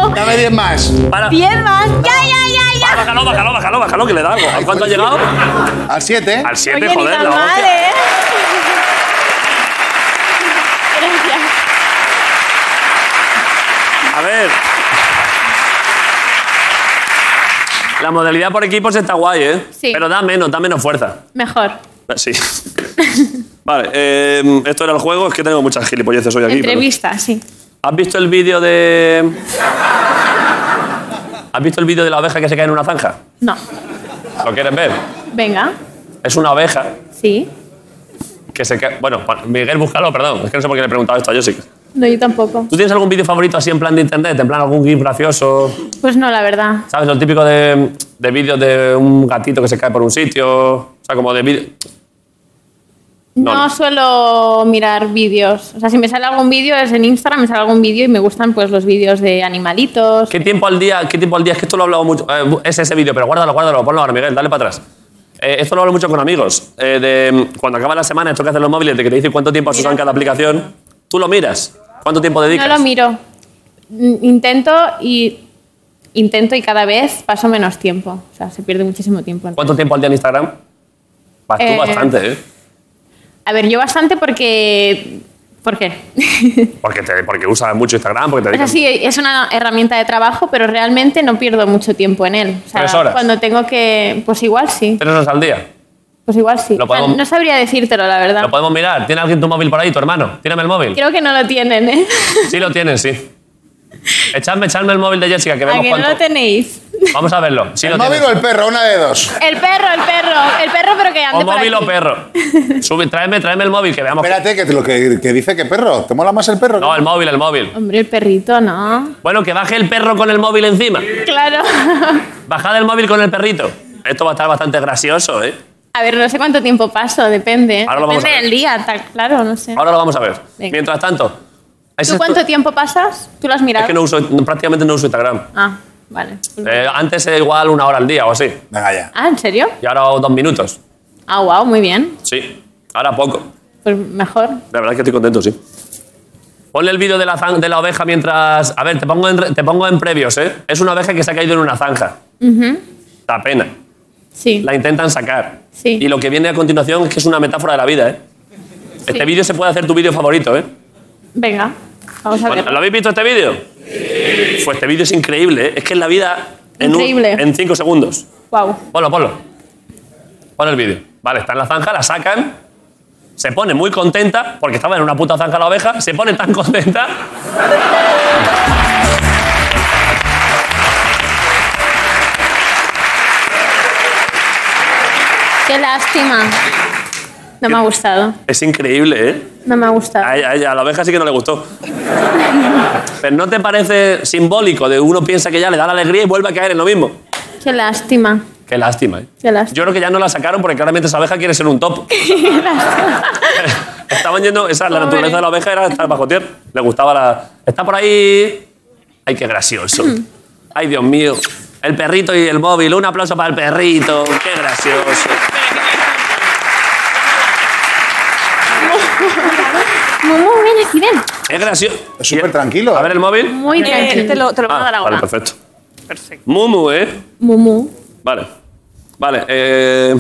Speaker 10: no.
Speaker 9: Dame 10 más.
Speaker 7: Para. Ah,
Speaker 10: 10 más. Ya, ya, ya, ya.
Speaker 7: Bájalo, bájalo, bájalo, bájalo, que le da algo. ¿A cuánto ha llegado?
Speaker 9: Al 7.
Speaker 7: Al 7,
Speaker 10: Oye, ni
Speaker 7: joder,
Speaker 10: tan
Speaker 7: la
Speaker 10: mal,
Speaker 7: hostia.
Speaker 10: ¿eh? Gracias.
Speaker 7: A ver. La modalidad por equipos está guay, ¿eh?
Speaker 10: Sí.
Speaker 7: Pero da menos, da menos fuerza. Ah,
Speaker 10: Mejor.
Speaker 7: Sí. vale, eh, esto era el juego, es que tengo muchas gilipolleces hoy aquí. pero-
Speaker 10: Entrevista, sí.
Speaker 7: ¿Has visto el vídeo de. ¿Has visto el vídeo de la oveja que se cae en una zanja?
Speaker 10: No.
Speaker 7: ¿Lo quieres ver?
Speaker 10: Venga.
Speaker 7: Es una oveja
Speaker 10: Sí.
Speaker 7: que se cae. Bueno, pa- Miguel, búscalo, perdón. Es que no sé por qué le he preguntado esto a Jessica.
Speaker 10: No, yo tampoco.
Speaker 7: ¿Tú tienes algún vídeo favorito así en plan de internet? En plan algún gif gracioso.
Speaker 10: Pues no, la verdad.
Speaker 7: ¿Sabes? Lo típico de, de vídeos de un gatito que se cae por un sitio. O sea, como de vídeo.
Speaker 10: No, suelo mirar vídeos. O sea, si me sale algún vídeo es en Instagram, me sale algún vídeo y me gustan pues los vídeos de animalitos.
Speaker 7: ¿Qué tiempo al día? ¿Qué tiempo al día? Es que esto lo he hablado mucho. eh, bu- es ese vídeo, pero guárdalo, guárdalo, ponlo ahora, Miguel, dale para atrás. Eh, esto lo hablo mucho con amigos. eh, de, mm, cuando acaba la semana, esto que hacen los móviles, de que te dicen cuánto tiempo has usado en cada aplicación, tú lo miras. ¿Cuánto tiempo dedicas?
Speaker 10: No lo miro. Mm, Intento y intento y cada vez paso menos tiempo. O sea, se pierde muchísimo tiempo.
Speaker 7: ¿Cuánto tiempo al día en Instagram? Vas tú
Speaker 10: Eh,
Speaker 7: bastante, ¿eh?
Speaker 10: A ver, yo bastante porque ¿por qué?
Speaker 7: Porque, te- porque usas mucho Instagram, porque te
Speaker 10: O sea,
Speaker 7: dedicas...
Speaker 10: sí, es una herramienta de trabajo, pero realmente no pierdo mucho tiempo en él. O sea,
Speaker 7: ¿Tres horas?
Speaker 10: Cuando tengo que, pues igual sí,
Speaker 7: Tres horas al día.
Speaker 10: pues igual sí.
Speaker 7: Lo podemos-
Speaker 10: Ah, No sabría decírtelo, la verdad.
Speaker 7: Lo podemos mirar. ¿Tiene alguien tu móvil por ahí, tu hermano? Tírame el móvil.
Speaker 10: Creo que no lo tienen, ¿eh?
Speaker 7: Sí lo tienes, sí. Echadme, echadme el móvil de Jessica, que
Speaker 10: ¿A
Speaker 7: vemos
Speaker 10: que no
Speaker 7: cuánto...
Speaker 10: lo tenéis?
Speaker 7: Vamos a verlo. Sí
Speaker 9: ¿El
Speaker 7: lo
Speaker 9: móvil
Speaker 7: tienes.
Speaker 9: o el perro? Una de dos.
Speaker 10: El perro, el perro, el perro, pero que ande
Speaker 7: O
Speaker 10: por
Speaker 7: móvil
Speaker 10: aquí.
Speaker 7: o perro. Sube, tráeme, tráeme el móvil, que veamos...
Speaker 9: Espérate, que, te lo que, que dice que perro. ¿Te mola más el perro?
Speaker 7: No, el móvil, el móvil.
Speaker 10: Hombre, el perrito, ¿no?
Speaker 7: Bueno, que baje el perro con el móvil encima.
Speaker 10: Claro.
Speaker 7: Bajad el móvil con el perrito. Esto va a estar bastante gracioso, ¿eh?
Speaker 10: A ver, no sé cuánto tiempo paso, depende.
Speaker 7: Ahora lo vamos
Speaker 10: depende
Speaker 7: a ver.
Speaker 10: del día, tal, claro, no sé.
Speaker 7: Ahora lo vamos a ver.
Speaker 10: Venga.
Speaker 7: Mientras tanto... ese
Speaker 10: ¿Tú
Speaker 7: es
Speaker 10: cuánto
Speaker 7: tu-
Speaker 10: tiempo pasas? ¿Tú lo has mirado?
Speaker 7: Es que no uso, no, prácticamente no uso Instagram.
Speaker 10: Ah, vale.
Speaker 7: Eh, antes era igual una hora al día o así.
Speaker 9: Venga ya.
Speaker 10: Ah, ¿en serio?
Speaker 7: Y ahora dos minutos.
Speaker 10: Ah, wow, muy bien.
Speaker 7: Sí. Ahora poco.
Speaker 10: Pues mejor.
Speaker 7: La verdad es que estoy contento, sí. Ponle el vídeo de la, zan- de la oveja mientras... A ver, te pongo, en, re- te pongo en previos, ¿eh? Es una oveja que se ha caído en una zanja.
Speaker 10: Ujú.
Speaker 7: Da pena.
Speaker 10: Sí.
Speaker 7: La intentan sacar.
Speaker 10: Sí.
Speaker 7: Y lo que viene a continuación es que es una metáfora de la vida, ¿eh? Este vídeo se puede hacer tu vídeo favorito, ¿eh?
Speaker 10: Venga, vamos a
Speaker 7: Bueno,
Speaker 10: ver.
Speaker 7: ¿Lo habéis visto este vídeo? Sí. Pues este vídeo es increíble, ¿eh? Es que en la vida... En un-
Speaker 10: Increíble.
Speaker 7: en cinco segundos.
Speaker 10: Wow.
Speaker 7: Ponlo, ponlo. Pon el vídeo. Vale, está en la zanja, la sacan. Se pone muy contenta, porque estaba en una puta zanja la oveja. Se pone tan contenta.
Speaker 10: Qué lástima. No me ha gustado.
Speaker 7: Es increíble, ¿eh?
Speaker 10: No me ha gustado.
Speaker 7: A, ella- a ella, a la oveja sí que no le gustó. Pero ¿no te parece simbólico de uno piensa que ya le da la alegría y vuelve a caer en lo mismo?
Speaker 10: Qué lástima.
Speaker 7: Qué lástima, ¿eh?
Speaker 10: Qué lástima.
Speaker 7: Yo creo que ya no la sacaron porque claramente esa oveja quiere ser un top. Estaban yendo, esa, la
Speaker 10: Hombre.
Speaker 7: naturaleza de la oveja era estar bajo tierra. Le gustaba la. Está por ahí. Ay, qué gracioso. Ay, Dios mío. El perrito y el móvil. Un aplauso para el perrito. Qué gracioso.
Speaker 10: Muy, muy bien, aquí ven.
Speaker 7: Es gracioso.
Speaker 9: Es súper tranquilo.
Speaker 7: A ver el móvil.
Speaker 10: Muy tranquilo.
Speaker 13: te Eh, este lo, te lo van a
Speaker 7: Ah,
Speaker 13: dar ahora.
Speaker 7: Vale, perfecto. Perfecto. Mumu, ¿eh?
Speaker 10: Mumu.
Speaker 7: Vale. Vale. eh,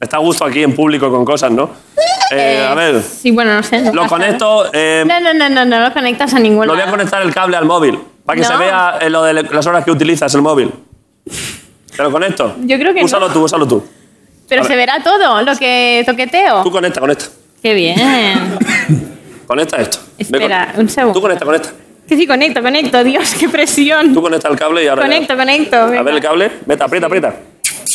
Speaker 7: está a gusto aquí en público con cosas, ¿no? Eh, a ver.
Speaker 10: Sí, bueno, no sé. no
Speaker 7: Lo
Speaker 10: pasa nada.
Speaker 7: conecto. eh,
Speaker 10: No, no, no, no, no lo conectas a ninguna.
Speaker 7: Lo voy a conectar el cable al móvil, para que
Speaker 10: No.
Speaker 7: se vea eh, lo de las horas que utilizas el móvil. ¿Te lo conecto?
Speaker 10: Yo creo que
Speaker 7: Úsalo
Speaker 10: no.
Speaker 7: tú, úsalo tú.
Speaker 10: Pero
Speaker 7: Vale.
Speaker 10: se verá todo lo que toqueteo.
Speaker 7: Tú conecta, conecta.
Speaker 10: Qué bien.
Speaker 7: Conecta esto. Ve con-
Speaker 10: Espera, un segundo.
Speaker 7: Tú conecta, conecta.
Speaker 10: Que sí, conecto, conecto. Dios, qué presión.
Speaker 7: Tú conecta el cable y ahora. ya.
Speaker 10: Conecto, conecto.
Speaker 7: A ver
Speaker 10: venga.
Speaker 7: el cable. Vete, aprieta, aprieta.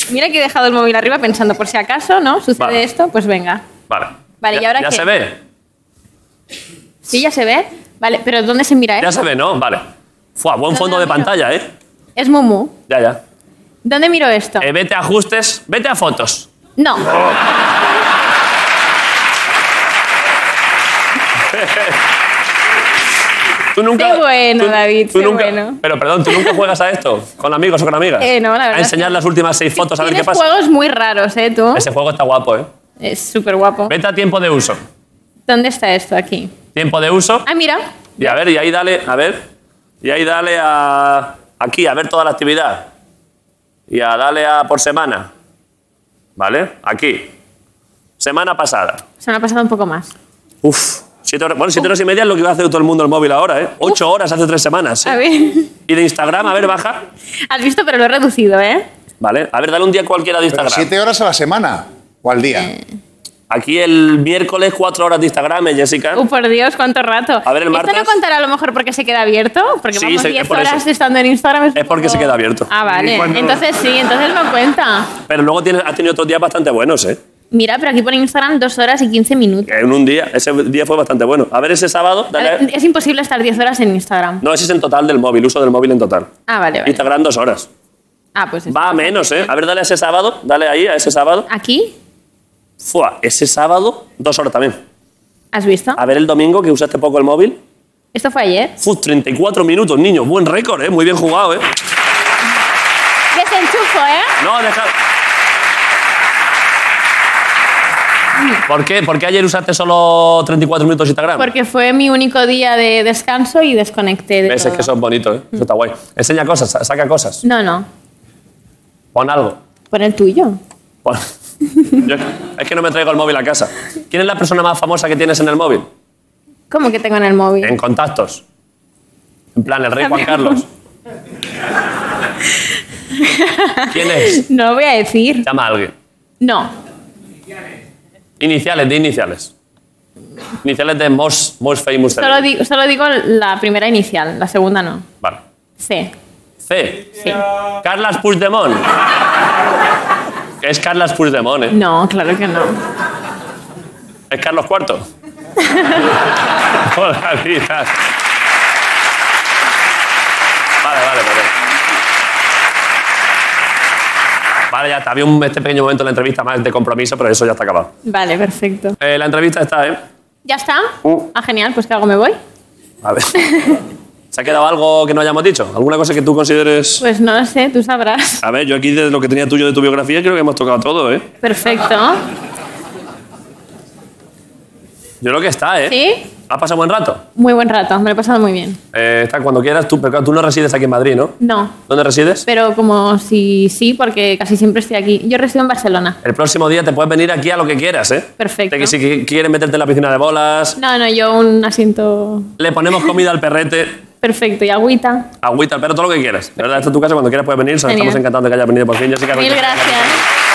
Speaker 10: Mira que he dejado el móvil arriba pensando por si acaso, ¿no? Sucede
Speaker 7: Vale.
Speaker 10: esto, pues venga.
Speaker 7: Vale.
Speaker 10: Vale,
Speaker 7: Ya-
Speaker 10: ¿y ahora
Speaker 7: ¿Ya
Speaker 10: qué?
Speaker 7: se ve?
Speaker 10: Sí, ya se ve. Vale, pero ¿dónde se mira
Speaker 7: Ya
Speaker 10: esto?
Speaker 7: se ve, ¿no? Vale. Fua, buen fondo de pantalla, ¿eh?
Speaker 10: Es Mumu.
Speaker 7: Ya, ya.
Speaker 10: ¿Dónde miro esto?
Speaker 7: Eh, vete a ajustes, vete a fotos.
Speaker 10: No.
Speaker 7: Tú nunca.
Speaker 10: Qué bueno, David,
Speaker 7: tú
Speaker 10: qué
Speaker 7: nunca-
Speaker 10: bueno.
Speaker 7: Pero perdón, ¿tú nunca juegas a esto? ¿Con amigos o con amigas?
Speaker 10: Eh, no, la
Speaker 7: A
Speaker 10: verdad
Speaker 7: enseñar las últimas seis fotos a ver qué
Speaker 10: Tienes
Speaker 7: pasa.
Speaker 10: juegos muy raros, ¿eh, tú?
Speaker 7: Ese juego está guapo, ¿eh?
Speaker 10: Es súper guapo.
Speaker 7: Vete a tiempo de uso.
Speaker 10: ¿Dónde está esto aquí?
Speaker 7: Tiempo de uso.
Speaker 10: Ah, mira.
Speaker 7: Y a ver, y ahí dale, a ver. Y ahí dale a. Aquí, a ver toda la actividad. Y a dale a por semana. ¿Vale? Aquí. Semana pasada.
Speaker 10: Se me ha pasado un poco más.
Speaker 7: Uf. Siete horas, bueno, siete horas y media es lo que va a hacer todo el mundo el móvil ahora, ¿eh? Ocho horas hace tres semanas. ¿eh?
Speaker 10: A ver.
Speaker 7: Y de Instagram, a ver, baja.
Speaker 10: Has visto, pero lo he reducido, ¿eh?
Speaker 7: Vale. A ver, dale un día cualquiera de Instagram.
Speaker 9: siete horas a la semana. O al
Speaker 10: Eh,
Speaker 9: día.
Speaker 7: Aquí el miércoles, cuatro horas de Instagram, ¿eh, Jessica.
Speaker 10: Uh, por Dios, cuánto rato.
Speaker 7: A ver, el
Speaker 10: ¿Esto
Speaker 7: martes.
Speaker 10: no contará a lo mejor porque se queda abierto? Porque
Speaker 7: Sí,
Speaker 10: vamos
Speaker 7: se-
Speaker 10: 10
Speaker 7: por
Speaker 10: horas
Speaker 7: eso.
Speaker 10: estando en Instagram. Es, un
Speaker 7: Es porque
Speaker 10: poco-
Speaker 7: se queda abierto.
Speaker 10: Ah, vale.
Speaker 7: Y cuando-
Speaker 10: Entonces sí, entonces no cuenta.
Speaker 7: Pero luego tiene, ha tenido otros días bastante buenos, ¿eh?
Speaker 10: Mira, pero aquí pone Instagram 2 horas y 15 minutos.
Speaker 7: En un día. Ese día fue bastante bueno. A ver, ese sábado,
Speaker 10: A
Speaker 7: dale.
Speaker 10: ver, es imposible estar 10 horas en Instagram.
Speaker 7: No, ese es en total del móvil, uso del móvil en total.
Speaker 10: Ah, vale, vale.
Speaker 7: Instagram dos horas.
Speaker 10: Ah, pues
Speaker 7: Va a menos, ¿eh? A ver, dale a ese sábado, dale ahí a ese sábado.
Speaker 10: ¿Aquí?
Speaker 7: Fua, ese sábado, dos horas también.
Speaker 10: ¿Has visto?
Speaker 7: A ver el domingo, que usaste poco el móvil.
Speaker 10: Esto fue ayer.
Speaker 7: Fu, 34 minutos, niño. Buen récord, ¿eh? Muy bien jugado, ¿eh?
Speaker 10: Desenchufo, ¿eh?
Speaker 7: No, deja... ¿Por qué? ¿Por qué ayer usaste solo 34 minutos Instagram?
Speaker 10: Porque fue mi único día de descanso y desconecté de
Speaker 7: Ves, es
Speaker 10: todo.
Speaker 7: que eso es bonito, ¿eh? Eso está guay. Enseña cosas, sa- saca cosas.
Speaker 10: No, no.
Speaker 7: Pon algo.
Speaker 10: Pon el tuyo.
Speaker 7: Pon- Yo- es que no me traigo el móvil a casa. ¿Quién es la persona más famosa que tienes en el móvil?
Speaker 10: ¿Cómo que tengo en el móvil?
Speaker 7: En contactos. En plan, el rey Juan Carlos. ¿Quién es?
Speaker 10: no lo voy a decir.
Speaker 7: Llama a alguien.
Speaker 10: No.
Speaker 7: Iniciales, de iniciales. Iniciales de most, most famous.
Speaker 10: Solo digo, solo digo la primera inicial, la segunda no.
Speaker 7: Vale.
Speaker 10: C.
Speaker 7: C.
Speaker 10: Sí.
Speaker 7: Carlas Puigdemont. Es Carlas Puigdemont, ¿eh?
Speaker 10: No, claro que no.
Speaker 7: Es Carlos IV. Hola, vida. Vale, vale, vale. Vale, ya está. Había un, este pequeño momento en la entrevista más de compromiso, pero eso ya está acabado.
Speaker 10: Vale, perfecto.
Speaker 7: Eh, la entrevista está, ¿eh?
Speaker 10: ¿Ya está?
Speaker 7: Uh.
Speaker 10: Ah, genial, pues que hago, me voy.
Speaker 7: A ver. ¿Se ha quedado algo que no hayamos dicho? ¿Alguna cosa que tú consideres...?
Speaker 10: Pues no lo sé, tú sabrás.
Speaker 7: A ver, yo aquí desde lo que tenía tuyo de tu biografía creo que hemos tocado todo, ¿eh?
Speaker 10: Perfecto.
Speaker 7: Yo lo que está, ¿eh?
Speaker 10: ¿Sí?
Speaker 7: ¿Has pasado buen rato?
Speaker 10: Muy buen rato, me lo he pasado muy bien.
Speaker 7: Eh, está cuando quieras. Tú, pero claro, tú no resides aquí en Madrid, ¿no?
Speaker 10: No,
Speaker 7: ¿Dónde resides?
Speaker 10: pero como si sí, porque casi siempre estoy aquí. Yo resido en Barcelona.
Speaker 7: El próximo día te puedes venir aquí a lo que quieras, ¿eh?
Speaker 10: Perfecto.
Speaker 7: Te- Si qui- quieres meterte en la piscina de bolas,
Speaker 10: No, no, yo un asiento
Speaker 7: le ponemos comida al perrete,
Speaker 10: perfecto y agüita.
Speaker 7: agüita al perro, todo lo que quieras. De verdad, esta es tu casa, cuando quieras puedes venir. Estamos
Speaker 10: Genial.
Speaker 7: encantados de que hayas venido por fin, Jessica.
Speaker 10: Mil gracias.